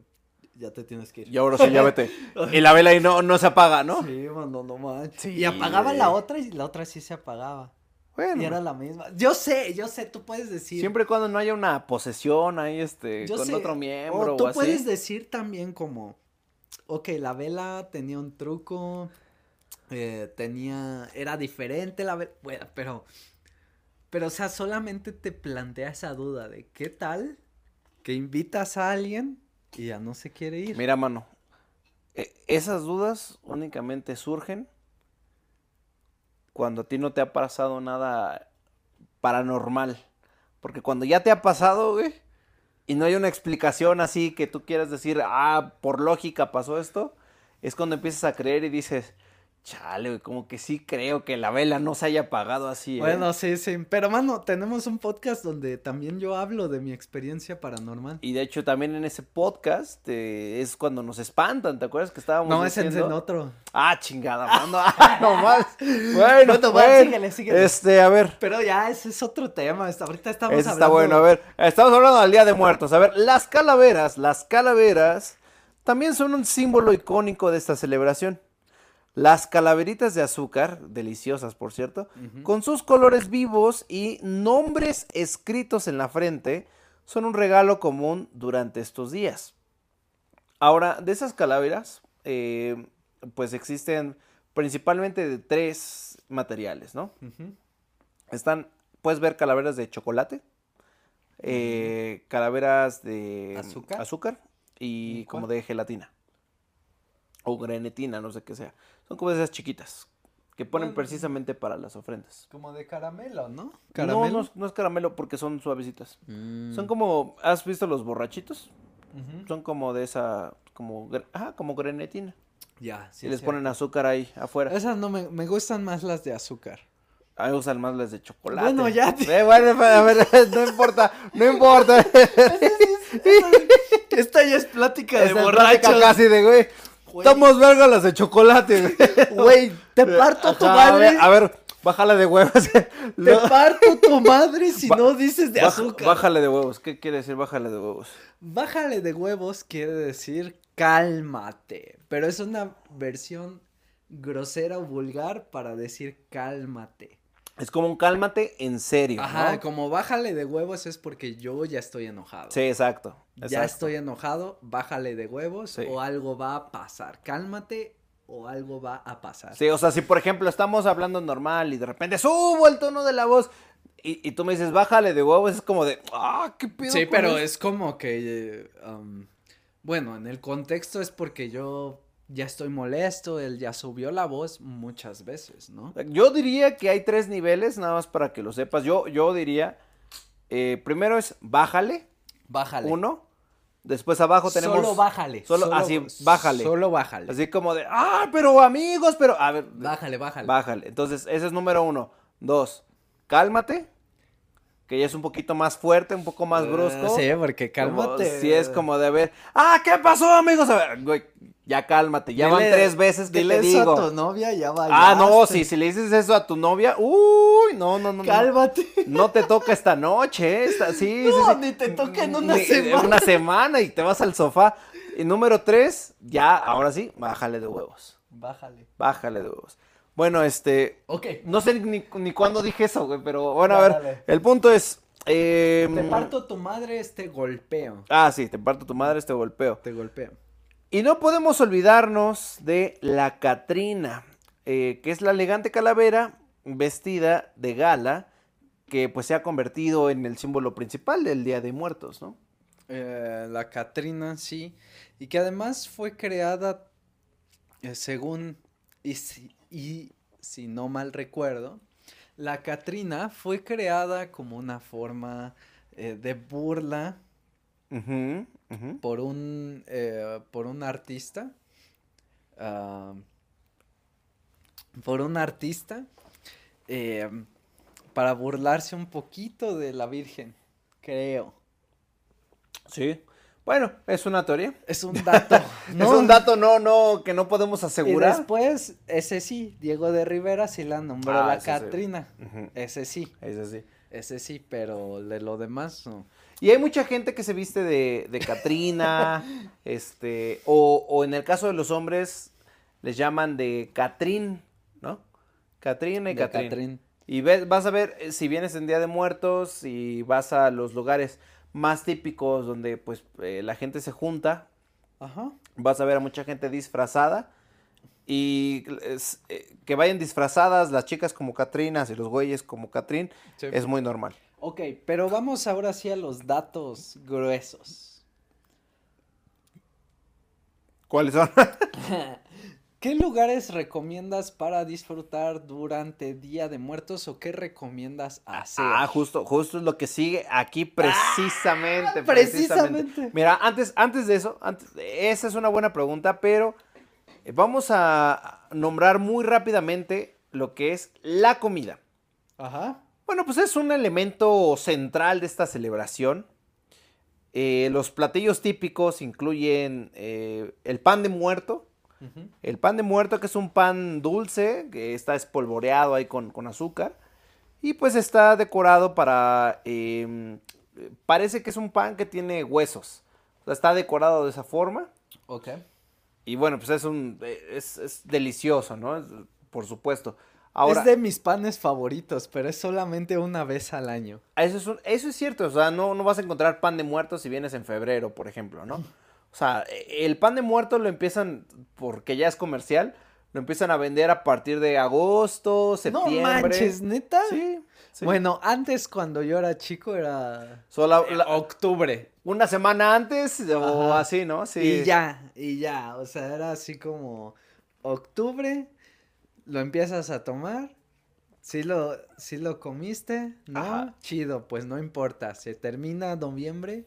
Speaker 2: ya te tienes que ir. *laughs*
Speaker 1: Y ahora sí, ya vete. Y la vela ahí no, no se apaga, ¿no?
Speaker 2: Sí, mano, no manches.
Speaker 1: Sí,
Speaker 2: y apagaba
Speaker 1: güey.
Speaker 2: la otra y la otra sí se apagaba.
Speaker 1: Bueno,
Speaker 2: Y era la misma. Yo sé, yo sé, tú puedes decir.
Speaker 1: siempre y cuando no haya una posesión ahí, este,
Speaker 2: Yo
Speaker 1: con
Speaker 2: sé,
Speaker 1: otro
Speaker 2: o
Speaker 1: miembro o,
Speaker 2: tú
Speaker 1: así.
Speaker 2: puedes decir también como, ok, la vela tenía un truco, eh, tenía, era diferente la vela, bueno, pero, pero o sea, solamente te plantea esa duda de qué tal que invitas a alguien y ya no se quiere ir.
Speaker 1: Mira, mano, e- esas dudas únicamente surgen cuando a ti no te ha pasado nada paranormal. Porque cuando ya te ha pasado, güey, y no hay una explicación así que tú quieras decir, ah, por lógica pasó esto, es cuando empiezas a creer y dices, chale, güey, como que sí creo que la vela no se haya apagado así. ¿eh".
Speaker 2: Bueno, sí, sí, pero mano, tenemos un podcast donde también yo hablo de mi experiencia paranormal.
Speaker 1: Y de hecho también en ese podcast eh, es cuando nos espantan, ¿te acuerdas que estábamos
Speaker 2: No, ese es en
Speaker 1: diciendo?
Speaker 2: otro.
Speaker 1: Ah, chingada, mano. Ah, no más. Bueno,
Speaker 2: Bueno, va,
Speaker 1: bueno.
Speaker 2: síguele, síguele.
Speaker 1: Este, a ver.
Speaker 2: Pero ya, ese es otro tema, hasta ahorita estamos
Speaker 1: Ese
Speaker 2: hablando.
Speaker 1: está bueno, a ver. Estamos hablando del Día de Muertos. A ver, las calaveras, las calaveras también son un símbolo icónico de esta celebración. Las calaveritas de azúcar, deliciosas por cierto,
Speaker 2: Ujú.
Speaker 1: con sus colores vivos y nombres escritos en la frente, son un regalo común durante estos días. Ahora, de esas calaveras, eh, pues existen principalmente de tres materiales, ¿no?
Speaker 2: Ujú.
Speaker 1: Están, puedes ver calaveras de chocolate, eh, calaveras de mm,
Speaker 2: ¿Azúcar?
Speaker 1: y
Speaker 2: ¿Y
Speaker 1: como
Speaker 2: cuál?
Speaker 1: de gelatina o grenetina, no sé qué sea. Son como de esas chiquitas que ponen
Speaker 2: Bueno.
Speaker 1: precisamente para las ofrendas.
Speaker 2: Como de caramelo, Mm. ¿no?
Speaker 1: No, no, es- no es caramelo porque son suavecitas. Son como, ¿has visto los borrachitos?
Speaker 2: Mm.
Speaker 1: Son como de esa, como, gre- ajá, como grenetina.
Speaker 2: Ya,
Speaker 1: y les ponen azúcar ahí afuera.
Speaker 2: Esas no me, me gustan más las de azúcar. *laughs*
Speaker 1: A mí me gustan más las de chocolate. *laughs*
Speaker 2: Bueno, ya te-
Speaker 1: Eh, bueno, a ver, *laughs* no importa, no
Speaker 2: *laughs*
Speaker 1: importa.
Speaker 2: Esta ya es plática
Speaker 1: Esa plática casi de, güey.
Speaker 2: Güey.
Speaker 1: Estamos verga las de chocolate, güey.
Speaker 2: Güey, *laughs* te parto tu
Speaker 1: Ajá, a
Speaker 2: madre.
Speaker 1: ver, A ver, bájala de huevos. *laughs*
Speaker 2: Te parto tu madre si
Speaker 1: Ba-
Speaker 2: no dices de
Speaker 1: Baja-
Speaker 2: azúcar.
Speaker 1: Bájale de huevos. ¿Qué quiere decir bájale de huevos?
Speaker 2: Bájale de huevos quiere decir cálmate. Pero es una versión grosera o vulgar para decir cálmate.
Speaker 1: Es como un cálmate en serio.
Speaker 2: Ajá,
Speaker 1: ¿no?
Speaker 2: como bájale de huevos es porque yo ya estoy enojado.
Speaker 1: Sí, exacto.
Speaker 2: Ya
Speaker 1: exacto.
Speaker 2: estoy enojado, bájale de huevos
Speaker 1: Sí.
Speaker 2: o algo va a pasar. Cálmate o algo va a pasar.
Speaker 1: Sí, o sea, si por ejemplo estamos hablando normal y de repente subo el tono de la voz y, y tú me dices, bájale de huevos, es como de, ah, qué pedo.
Speaker 2: Sí,
Speaker 1: con
Speaker 2: pero
Speaker 1: esto?"
Speaker 2: es como que, eh, um, bueno, en el contexto es porque yo ya estoy molesto, él ya subió la voz muchas veces, ¿no?
Speaker 1: Yo diría que hay tres niveles, nada más para que lo sepas. Yo, yo diría, eh, primero es bájale,
Speaker 2: Bájale.
Speaker 1: uno. Después abajo tenemos.
Speaker 2: Solo bájale.
Speaker 1: solo- así, bájale.
Speaker 2: Solo bájale.
Speaker 1: Así como de, ah, pero amigos, pero. A ver,
Speaker 2: Bájale, bájale.
Speaker 1: bájale. Entonces, ese es número uno. Dos, cálmate, que ya es un poquito más fuerte, un poco más
Speaker 2: Eh,
Speaker 1: brusco.
Speaker 2: sí, porque cálmate.
Speaker 1: Como Si es como de a ver, ah, ¿qué pasó, amigos? A ver, güey, ya cálmate, ya van
Speaker 2: Dile-
Speaker 1: tres veces que
Speaker 2: dile
Speaker 1: te
Speaker 2: eso
Speaker 1: digo.
Speaker 2: a tu novia, ya va.
Speaker 1: Ah, no, si, si le dices eso a tu novia, uy, no, no, no. no.
Speaker 2: Cálmate.
Speaker 1: No te toca esta noche, ¿eh? esta, sí,
Speaker 2: No,
Speaker 1: sí, sí.
Speaker 2: ni te toca en una
Speaker 1: Ni-
Speaker 2: semana.
Speaker 1: una semana y te vas al sofá. Y número tres, ya, ahora sí, bájale de huevos,
Speaker 2: Bájale.
Speaker 1: bájale de huevos. Bueno, este,
Speaker 2: Ok.
Speaker 1: no sé ni, ni cuándo dije eso, güey, pero bueno, a ver,
Speaker 2: Bájale.
Speaker 1: el punto es... eh,
Speaker 2: Te parto tu madre, este golpeo.
Speaker 1: Ah, sí, te parto tu madre, este golpeo.
Speaker 2: Te golpeo.
Speaker 1: Y no podemos olvidarnos de la Catrina, eh, que es la elegante calavera vestida de gala, que pues se ha convertido en el símbolo principal del Día de Muertos, ¿no?
Speaker 2: eh, la Catrina, sí, y que además fue creada eh, según, y si, y si no mal recuerdo, la Catrina fue creada como una forma eh, de burla
Speaker 1: Ujú, ujú.
Speaker 2: por un, eh, por un artista, ah, por un artista, eh, para burlarse un poquito de la Virgen, creo.
Speaker 1: Sí. Bueno, es una teoría.
Speaker 2: Es un dato.
Speaker 1: *laughs* Es un dato no, no, que no podemos asegurar.
Speaker 2: Y después, ese sí, Diego de Rivera sí la nombró
Speaker 1: Ah,
Speaker 2: la
Speaker 1: ese sí.
Speaker 2: Catrina.
Speaker 1: Ujú,
Speaker 2: Ese sí,
Speaker 1: Es así.
Speaker 2: ese sí, pero de lo demás no.
Speaker 1: Y hay mucha gente que se viste de, de *laughs* Catrina, este, o, o en el caso de los hombres, les llaman de Catrín, ¿no? Catrina y
Speaker 2: De
Speaker 1: Catrín.
Speaker 2: Catrín.
Speaker 1: Y ves, vas a ver eh, si vienes en Día de Muertos y vas a los lugares más típicos donde pues eh, la gente se junta,
Speaker 2: Ajá.
Speaker 1: vas a ver a mucha gente disfrazada y es, eh, que vayan disfrazadas las chicas como Catrinas y los güeyes como Catrín es muy normal.
Speaker 2: Ok, pero vamos ahora sí a los datos gruesos.
Speaker 1: ¿Cuáles son?
Speaker 2: ¿Qué lugares recomiendas para disfrutar durante Día de Muertos o qué recomiendas hacer?
Speaker 1: Ah, justo, justo es lo que sigue aquí precisamente,
Speaker 2: Ah,
Speaker 1: precisamente.
Speaker 2: precisamente.
Speaker 1: Mira, antes, antes de eso, antes, esa es una buena pregunta, pero eh, vamos a nombrar muy rápidamente lo que es la comida.
Speaker 2: Ajá.
Speaker 1: Bueno, pues es un elemento central de esta celebración. Eh, los platillos típicos incluyen eh, el pan de muerto,
Speaker 2: Ujú.
Speaker 1: el pan de muerto, que es un pan dulce, que está espolvoreado ahí con, con azúcar. Y pues está decorado para... em, eh, parece que es un pan que tiene huesos. O sea, está decorado de esa forma.
Speaker 2: Ok.
Speaker 1: Y bueno, pues es un... eh, Es, es delicioso, ¿no? Es- por supuesto. Ahora,
Speaker 2: Es de mis panes favoritos, pero es solamente una vez al año.
Speaker 1: eso, es un- eso es cierto. O sea, no, no vas a encontrar pan de muerto si vienes en febrero, por ejemplo, ¿no? O sea, e- el pan de muerto lo empiezan, porque ya es comercial, lo empiezan a vender a partir de agosto, septiembre.
Speaker 2: No manches, neta.
Speaker 1: Sí, sí.
Speaker 2: Bueno, antes cuando yo era chico era
Speaker 1: Solo la-
Speaker 2: octubre.
Speaker 1: una semana antes o
Speaker 2: Ajá.
Speaker 1: así, ¿no? Sí.
Speaker 2: Y ya, y ya, o sea, era así como octubre, lo empiezas a tomar, si lo, sí lo comiste, ¿no?
Speaker 1: Ajá.
Speaker 2: Chido, pues no importa, se termina noviembre,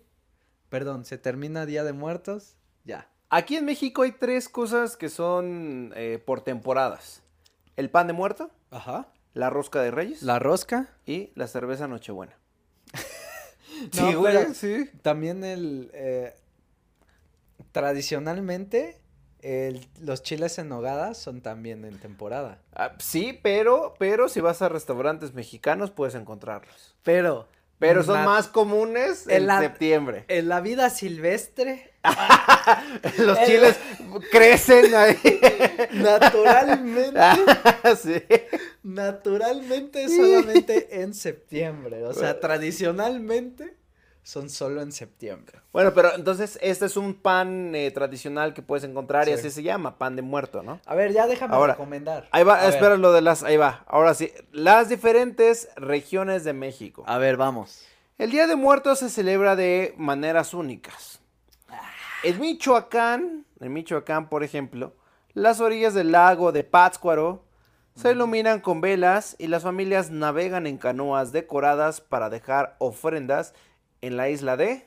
Speaker 2: perdón, se termina Día de Muertos, ya.
Speaker 1: Aquí en México hay tres cosas que son eh, por temporadas. El pan de muerto,
Speaker 2: Ajá.
Speaker 1: la rosca de reyes
Speaker 2: La rosca.
Speaker 1: y la cerveza nochebuena.
Speaker 2: *laughs* No, pero-
Speaker 1: sí.
Speaker 2: También el, eh, tradicionalmente, el- los chiles en nogada son también en temporada.
Speaker 1: Ah, sí, pero, pero si vas a restaurantes mexicanos puedes encontrarlos.
Speaker 2: Pero.
Speaker 1: Pero son
Speaker 2: na-
Speaker 1: más comunes en
Speaker 2: En la-
Speaker 1: septiembre.
Speaker 2: En la vida *laughs* silvestre,
Speaker 1: *laughs* Los
Speaker 2: el-
Speaker 1: chiles crecen ahí. *laughs*
Speaker 2: naturalmente,
Speaker 1: sí.
Speaker 2: Naturalmente es solamente en septiembre. O sea, tradicionalmente son solo en septiembre.
Speaker 1: Bueno, pero entonces este es un pan eh, tradicional que puedes encontrar y
Speaker 2: Sí.
Speaker 1: así se llama, pan de muerto, ¿no?
Speaker 2: A ver, ya déjame
Speaker 1: Ahora,
Speaker 2: recomendar.
Speaker 1: Ahí va,
Speaker 2: A ver,
Speaker 1: espera lo de las, ahí va. Ahora sí, las diferentes regiones de México.
Speaker 2: A ver, vamos.
Speaker 1: El Día de Muertos se celebra de maneras únicas. En Michoacán, en Michoacán, por ejemplo, las orillas del lago de Pátzcuaro se iluminan con velas y las familias navegan en canoas decoradas para dejar ofrendas en la isla de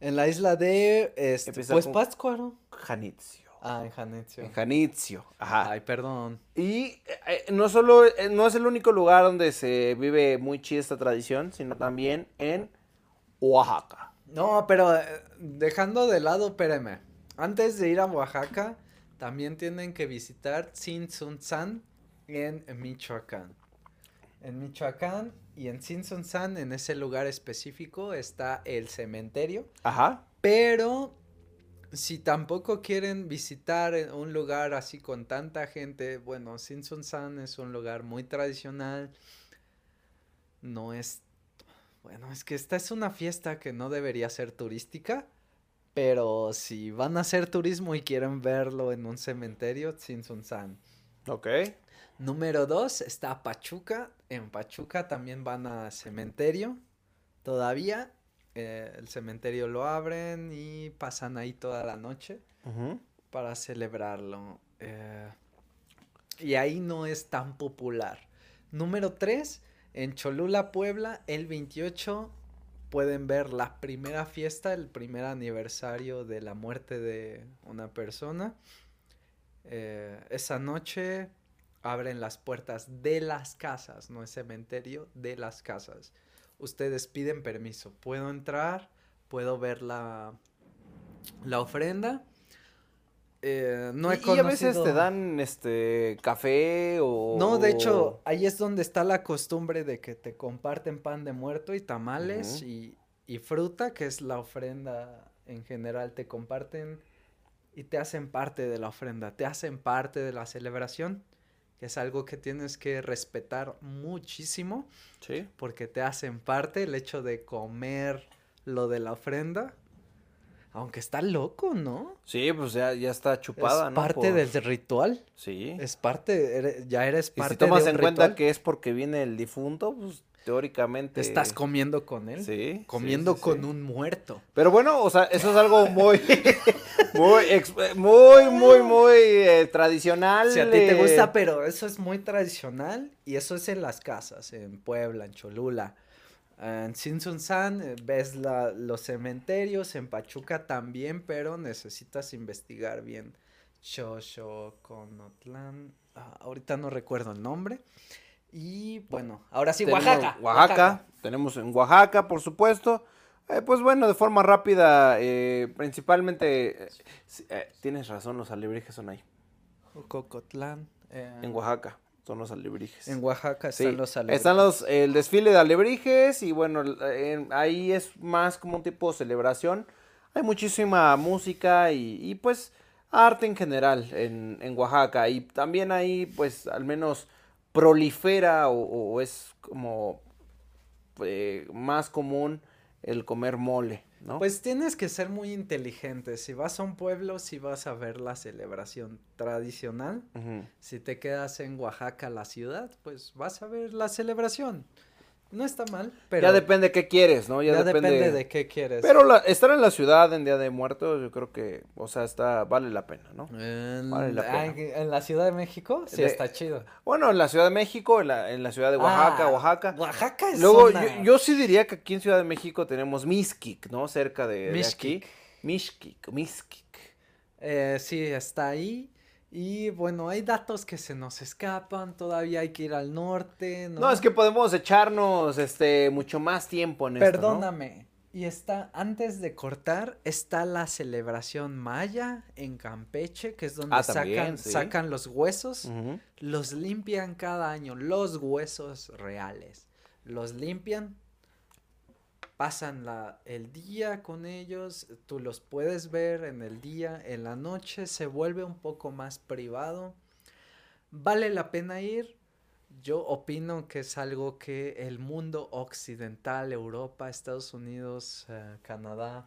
Speaker 2: En la isla de. Este,
Speaker 1: Empieza
Speaker 2: pues
Speaker 1: con-
Speaker 2: Pátzcuaro.
Speaker 1: Janitzio.
Speaker 2: Ah, en Janitzio.
Speaker 1: En Janitzio, ajá.
Speaker 2: Ay, perdón.
Speaker 1: Y eh, no solo, eh, no es el único lugar donde se vive muy chida esta tradición, sino también en Oaxaca.
Speaker 2: No, pero eh, dejando de lado, espérame. Antes de ir a Oaxaca, también tienen que visitar Tzintzuntzan en Michoacán. En Michoacán y en Tzintzuntzan, en ese lugar específico, está el cementerio.
Speaker 1: Ajá.
Speaker 2: Pero si tampoco quieren visitar en un lugar así con tanta gente, bueno, Sinsun-san es un lugar muy tradicional. No es... Bueno, es que esta es una fiesta que no debería ser turística, pero si van a hacer turismo y quieren verlo en un cementerio, Sinsun-san.
Speaker 1: Ok.
Speaker 2: Número dos está Pachuca. En Pachuca también van a cementerio. Todavía eh, el cementerio lo abren y pasan ahí toda la noche
Speaker 1: Ujú.
Speaker 2: para celebrarlo. eh, y ahí no es tan popular. Número tres, en Cholula, Puebla, el 28 pueden ver la primera fiesta, el primer aniversario de la muerte de una persona. Eh, esa noche abren las puertas de las casas, no es cementerio, de las casas. Ustedes piden permiso. Puedo entrar, puedo ver la, la ofrenda. Eh, no he
Speaker 1: y, y a veces te
Speaker 2: conocido-
Speaker 1: dan este café o
Speaker 2: no, de hecho, ahí es donde está la costumbre de que te comparten pan de muerto y tamales
Speaker 1: Ujú.
Speaker 2: y, y fruta, que es la ofrenda en general, te comparten y te hacen parte de la ofrenda, te hacen parte de la celebración, que es algo que tienes que respetar muchísimo
Speaker 1: sí.
Speaker 2: porque te hacen parte el hecho de comer lo de la ofrenda. Aunque está loco, ¿no?
Speaker 1: Sí, pues ya, ya está chupada,
Speaker 2: es
Speaker 1: ¿no?
Speaker 2: parte
Speaker 1: Por-
Speaker 2: del ritual.
Speaker 1: Sí.
Speaker 2: Es parte, eres- ya eres
Speaker 1: y
Speaker 2: parte
Speaker 1: si tomas
Speaker 2: de un
Speaker 1: en cuenta
Speaker 2: ritual.
Speaker 1: que es porque viene el difunto, pues teóricamente
Speaker 2: Te estás comiendo con él.
Speaker 1: Sí, sí,
Speaker 2: Comiendo
Speaker 1: sí, sí.
Speaker 2: con un muerto.
Speaker 1: Pero bueno, o sea, eso es algo muy, *laughs* muy, ex- muy, muy, muy eh, tradicional.
Speaker 2: Si a ti te
Speaker 1: eh,
Speaker 2: gusta, pero eso es muy tradicional y eso es en las casas, en Puebla, en Cholula. En Sinsunzán eh, ves la- los cementerios, en Pachuca también, pero necesitas investigar bien. Xochoconotlán, ah, ahorita no recuerdo el nombre. Y bueno, ahora sí,
Speaker 1: tenemos
Speaker 2: Oaxaca.
Speaker 1: Oaxaca, tenemos en Oaxaca, por supuesto. Eh, pues bueno, de forma rápida, eh, principalmente, eh, sí, eh, tienes razón, los alebrijes son ahí,
Speaker 2: Cocotlán. eh,
Speaker 1: en Oaxaca, son los alebrijes.
Speaker 2: en Oaxaca
Speaker 1: Sí,
Speaker 2: están los
Speaker 1: Están
Speaker 2: alebrijes.
Speaker 1: los, el desfile de alebrijes y bueno, el- en- ahí es más como un tipo de celebración. Hay muchísima música y, y, pues arte en general en, en Oaxaca y también ahí pues al menos prolifera o, o es como eh, más común el comer mole, ¿no?
Speaker 2: Pues tienes que ser muy inteligente. Si vas a un pueblo, si vas a ver la celebración tradicional.
Speaker 1: Ujú.
Speaker 2: Si te quedas en Oaxaca, la ciudad, pues vas a ver la celebración. No está mal, pero
Speaker 1: ya depende qué quieres, ¿no?
Speaker 2: ya depende de qué quieres.
Speaker 1: Pero la- estar en la ciudad en Día de Muertos yo creo que, o sea, está vale la pena, ¿no?
Speaker 2: en,
Speaker 1: Vale la
Speaker 2: ah,
Speaker 1: pena.
Speaker 2: en la Ciudad de México sí
Speaker 1: De-
Speaker 2: está chido.
Speaker 1: Bueno, en la Ciudad de México, en la, en la ciudad de Oaxaca,
Speaker 2: Ah,
Speaker 1: Oaxaca.
Speaker 2: Oaxaca es
Speaker 1: Luego,
Speaker 2: una-
Speaker 1: yo, yo sí diría que aquí en Ciudad de México tenemos Mixquic, ¿no? Cerca de, de aquí.
Speaker 2: Mixquic.
Speaker 1: Mixquic, Mixquic.
Speaker 2: Eh, sí, está ahí. Y bueno, hay datos que se nos escapan, todavía hay que ir al norte, ¿no?
Speaker 1: No, es que podemos echarnos este mucho más tiempo en esto,
Speaker 2: Perdóname. Y está, antes de cortar, está la celebración maya en Campeche, que es donde
Speaker 1: Ah,
Speaker 2: sacan,
Speaker 1: también, sí.
Speaker 2: sacan los huesos,
Speaker 1: ¿no? Ujú.
Speaker 2: los limpian cada año, los huesos reales. Los limpian, pasan la, el día con ellos, tú los puedes ver en el día, en la noche, se vuelve un poco más privado. Vale la pena ir. yo opino que es algo que el mundo occidental, Europa, Estados Unidos, eh, Canadá...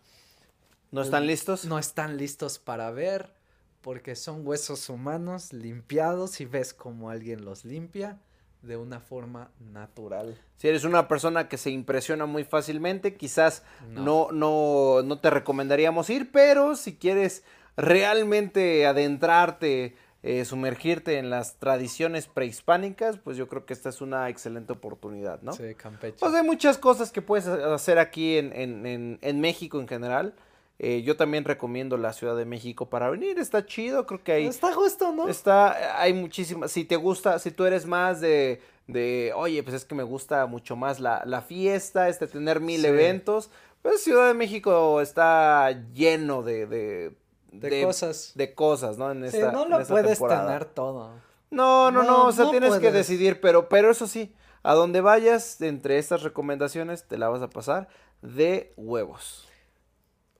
Speaker 1: ¿No están listos?
Speaker 2: No están listos para ver porque son huesos humanos limpiados y ves como alguien los limpia de una forma natural.
Speaker 1: Si eres una persona que se impresiona muy fácilmente, quizás no, no, no, no te recomendaríamos ir, pero si quieres realmente adentrarte, eh, sumergirte en las tradiciones prehispánicas, pues yo creo que esta es una excelente oportunidad, ¿no?
Speaker 2: Sí, Campeche.
Speaker 1: Pues hay muchas cosas que puedes hacer aquí en, en, en, en México en general. Eh, yo también recomiendo la Ciudad de México para venir, está chido, creo que ahí.
Speaker 2: Ah, Está justo, ¿no?
Speaker 1: Está, hay muchísimas, si te gusta, si tú eres más de, de oye, pues es que me gusta mucho más la, la fiesta, este, tener mil sí. eventos, pues Ciudad de México está lleno de...
Speaker 2: De, de, de cosas.
Speaker 1: De cosas, ¿no? En esta,
Speaker 2: sí, no lo
Speaker 1: en esta
Speaker 2: puedes
Speaker 1: temporada.
Speaker 2: tener todo.
Speaker 1: No, no, no, no o sea,
Speaker 2: no
Speaker 1: tienes
Speaker 2: puedes.
Speaker 1: que decidir, pero, pero eso sí, a donde vayas, entre estas recomendaciones, te la vas a pasar de huevos.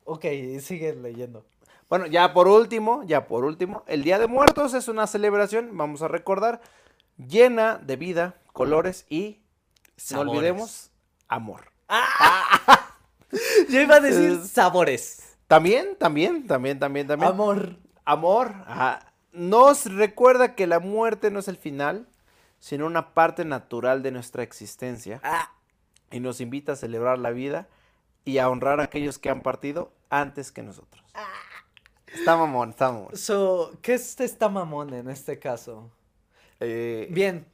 Speaker 2: Ok,
Speaker 1: *laughs*
Speaker 2: sigue leyendo.
Speaker 1: Bueno, ya por último, ya por último, el Día de Muertos es una celebración, vamos a recordar, llena de vida, colores y,
Speaker 2: Sabores.
Speaker 1: no olvidemos, amor.
Speaker 2: ¡Ah! Yo iba a decir sabores.
Speaker 1: También, también, también, también, también.
Speaker 2: Amor.
Speaker 1: Amor. ajá. Nos recuerda que la muerte no es el final, sino una parte natural de nuestra existencia
Speaker 2: Ah,
Speaker 1: y nos invita a celebrar la vida y a honrar a aquellos que han partido antes que nosotros.
Speaker 2: Ah.
Speaker 1: Está mamón, está mamón.
Speaker 2: so, ¿qué es esta mamón en este caso?
Speaker 1: Eh,
Speaker 2: Bien.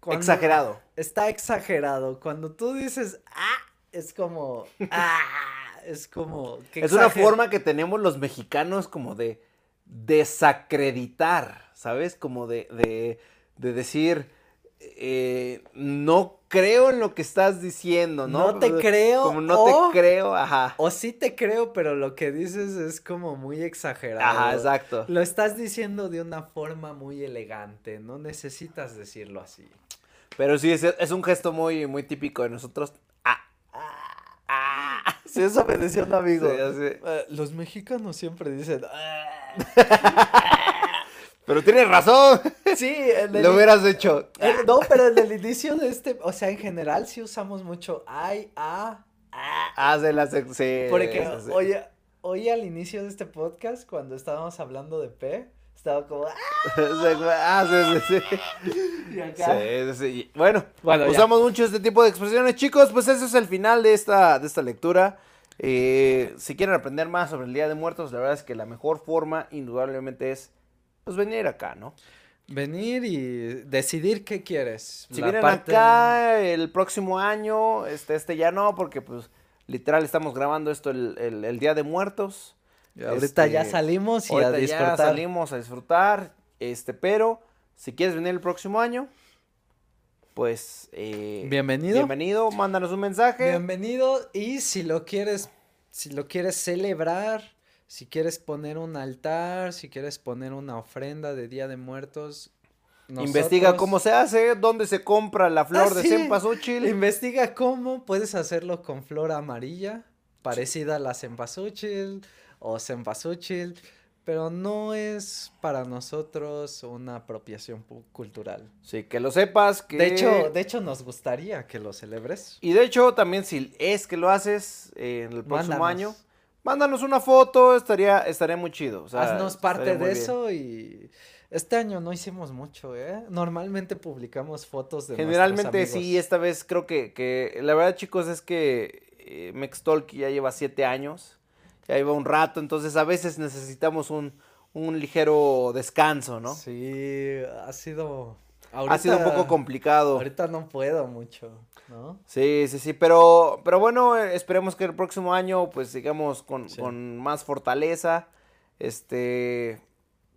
Speaker 2: cuando-
Speaker 1: exagerado.
Speaker 2: Está exagerado. Cuando tú dices, ah, es como, ah, es como. que
Speaker 1: Es una
Speaker 2: exager-
Speaker 1: forma que tenemos los mexicanos como de desacreditar, ¿sabes? Como de, de, de decir, eh, no creo en lo que estás diciendo, ¿no?
Speaker 2: No te creo,
Speaker 1: Como no
Speaker 2: o-
Speaker 1: te creo, ajá.
Speaker 2: O sí te creo, pero lo que dices es como muy exagerado.
Speaker 1: Ajá, exacto.
Speaker 2: Lo estás diciendo de una forma muy elegante, no necesitas decirlo así.
Speaker 1: Pero sí, es, es un gesto muy, muy típico de nosotros. Ah, ah, ah.
Speaker 2: *laughs* Sí, eso me decía un amigo.
Speaker 1: Sí, así.
Speaker 2: eh, los mexicanos siempre dicen. "Ah".
Speaker 1: *laughs* Pero tienes razón,
Speaker 2: Sí, en el
Speaker 1: lo hubieras hecho.
Speaker 2: Eh, No, pero en el inicio de este, o sea, en general sí usamos mucho ay, ah, ah.
Speaker 1: Hace la sec- sí,
Speaker 2: Porque
Speaker 1: sí, sí.
Speaker 2: hoy, hoy al inicio de este podcast, cuando estábamos hablando de P, estaba como, ah,
Speaker 1: *laughs* Ah, sí, sí, sí.
Speaker 2: y acá.
Speaker 1: Sí, sí, sí. Bueno,
Speaker 2: Bueno, ya.
Speaker 1: usamos mucho este tipo de expresiones, chicos. Pues ese es el final de esta, de esta lectura. Eh, si quieren aprender más sobre el Día de Muertos, la verdad es que la mejor forma, indudablemente, es pues venir acá, ¿no?
Speaker 2: Venir y decidir qué quieres.
Speaker 1: Si
Speaker 2: La
Speaker 1: vienen
Speaker 2: parte-
Speaker 1: acá el próximo año, este, este ya no, porque pues literal estamos grabando esto el, el- el Día de Muertos.
Speaker 2: Ahorita
Speaker 1: este,
Speaker 2: ya salimos y a
Speaker 1: Ahorita ya
Speaker 2: disfrutar.
Speaker 1: salimos a disfrutar, este, pero si quieres venir el próximo año, pues eh,
Speaker 2: Bienvenido.
Speaker 1: bienvenido, mándanos un mensaje.
Speaker 2: Bienvenido y si lo quieres, si lo quieres celebrar, si quieres poner un altar, si quieres poner una ofrenda de Día de Muertos.
Speaker 1: Investiga
Speaker 2: nosotros-
Speaker 1: cómo se hace, dónde se compra la flor
Speaker 2: Ah,
Speaker 1: de
Speaker 2: sí.
Speaker 1: cempasúchil.
Speaker 2: *laughs* Investiga cómo puedes hacerlo con flor amarilla, parecida a la cempasúchil o cempasúchil, pero no es para nosotros una apropiación pu- cultural.
Speaker 1: Sí, que lo sepas que
Speaker 2: De hecho, de hecho nos gustaría que lo celebres.
Speaker 1: y de hecho también si es que lo haces eh, en el próximo
Speaker 2: Mándanos.
Speaker 1: año, mándanos una foto, estaría estaría muy chido, o sea,
Speaker 2: Haznos parte
Speaker 1: estaría muy
Speaker 2: de
Speaker 1: bien.
Speaker 2: eso y este año no hicimos mucho, ¿eh? Normalmente publicamos fotos de
Speaker 1: Generalmente
Speaker 2: nuestros
Speaker 1: sí,
Speaker 2: amigos.
Speaker 1: esta vez creo que, que la verdad chicos es que eh, Mextalk ya lleva siete años, ya lleva un rato, entonces a veces necesitamos un, un ligero descanso, ¿no?
Speaker 2: Sí, ha sido...
Speaker 1: ha sido un poco
Speaker 2: ahorita-
Speaker 1: complicado.
Speaker 2: Ahorita no puedo mucho, ¿no?
Speaker 1: Sí, sí, sí, pero, pero bueno, eh, esperemos que el próximo año pues sigamos con,
Speaker 2: Sí.
Speaker 1: con más fortaleza, este,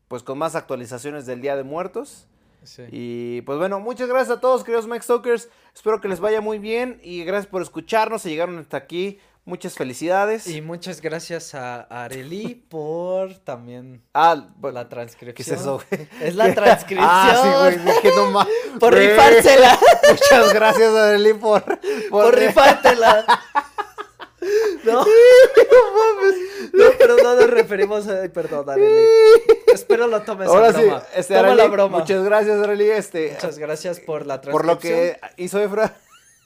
Speaker 1: pues con más actualizaciones del Día de Muertos.
Speaker 2: Sí.
Speaker 1: Y pues bueno, muchas gracias a todos, queridos Max Talkers. Espero que les vaya muy bien y gracias por escucharnos. Si llegaron hasta aquí, muchas felicidades.
Speaker 2: Y muchas gracias a Areli por también
Speaker 1: Ah,
Speaker 2: por
Speaker 1: bueno,
Speaker 2: la transcripción.
Speaker 1: ¿qué es eso, güey?
Speaker 2: Es la transcripción.
Speaker 1: *laughs* Ah, sí, güey, güey, que no ma-
Speaker 2: *laughs* Por
Speaker 1: güey. *laughs*
Speaker 2: rifársela,
Speaker 1: *laughs* Muchas gracias, Adeli, por,
Speaker 2: por rifártela. *laughs* No, no mames. No, pero no nos referimos a. Ay,
Speaker 1: *laughs*
Speaker 2: Perdón, Arely. Espero lo tomes
Speaker 1: Ahora
Speaker 2: a
Speaker 1: sí,
Speaker 2: broma.
Speaker 1: este,
Speaker 2: Toma la
Speaker 1: Arely,
Speaker 2: broma. Muchas,
Speaker 1: muchas gracias, Arely, este,
Speaker 2: gracias por la
Speaker 1: por lo que
Speaker 2: transcripción.
Speaker 1: hizo Efra.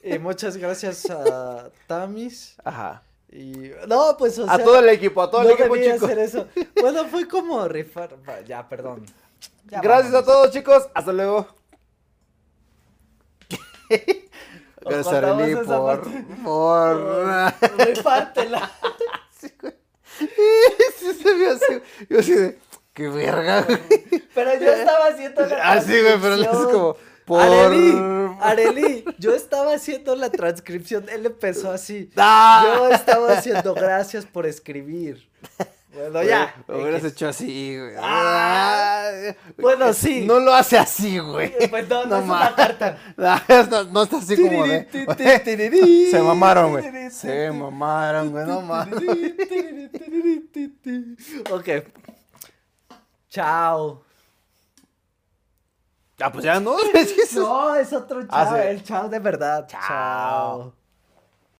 Speaker 2: Y muchas gracias a Tamis.
Speaker 1: Ajá.
Speaker 2: Y. No, pues o
Speaker 1: a
Speaker 2: sea.
Speaker 1: todo el equipo, a todo
Speaker 2: no
Speaker 1: el equipo,
Speaker 2: debía
Speaker 1: chicos.
Speaker 2: hacer eso. Bueno, fue como rifar. va, Ya, perdón. Ya,
Speaker 1: Gracias a
Speaker 2: vámonos.
Speaker 1: todos, chicos. Hasta luego. *laughs* Gracias,
Speaker 2: cortamos
Speaker 1: Arely,
Speaker 2: esa
Speaker 1: por.
Speaker 2: parte.
Speaker 1: por...
Speaker 2: Rifártela.
Speaker 1: *laughs* Sí, se vio así. Yo así de. ¡Qué verga! güey".
Speaker 2: Pero yo estaba haciendo la
Speaker 1: Así, güey, pero le haces
Speaker 2: transcripción.
Speaker 1: como. Por.
Speaker 2: Areli, Areli, yo estaba haciendo la transcripción, él empezó así.
Speaker 1: ¡Ah!
Speaker 2: Yo estaba haciendo gracias por escribir. Bueno, ya.
Speaker 1: Lo hubieras
Speaker 2: X.
Speaker 1: hecho así, güey.
Speaker 2: Ah.
Speaker 1: Ah.
Speaker 2: Bueno, sí.
Speaker 1: No lo hace así, güey.
Speaker 2: Pues no, no, es
Speaker 1: ma-
Speaker 2: una carta.
Speaker 1: *laughs* No, no, no está así como de. *laughs* Se mamaron, güey. Se mamaron, güey. No
Speaker 2: *laughs*
Speaker 1: mames.
Speaker 2: Ok. Chao.
Speaker 1: Ah, pues ya no. *laughs* Es que eso-
Speaker 2: No, es otro chao.
Speaker 1: Ah, sí.
Speaker 2: El chao de verdad.
Speaker 1: Chao.
Speaker 2: chao.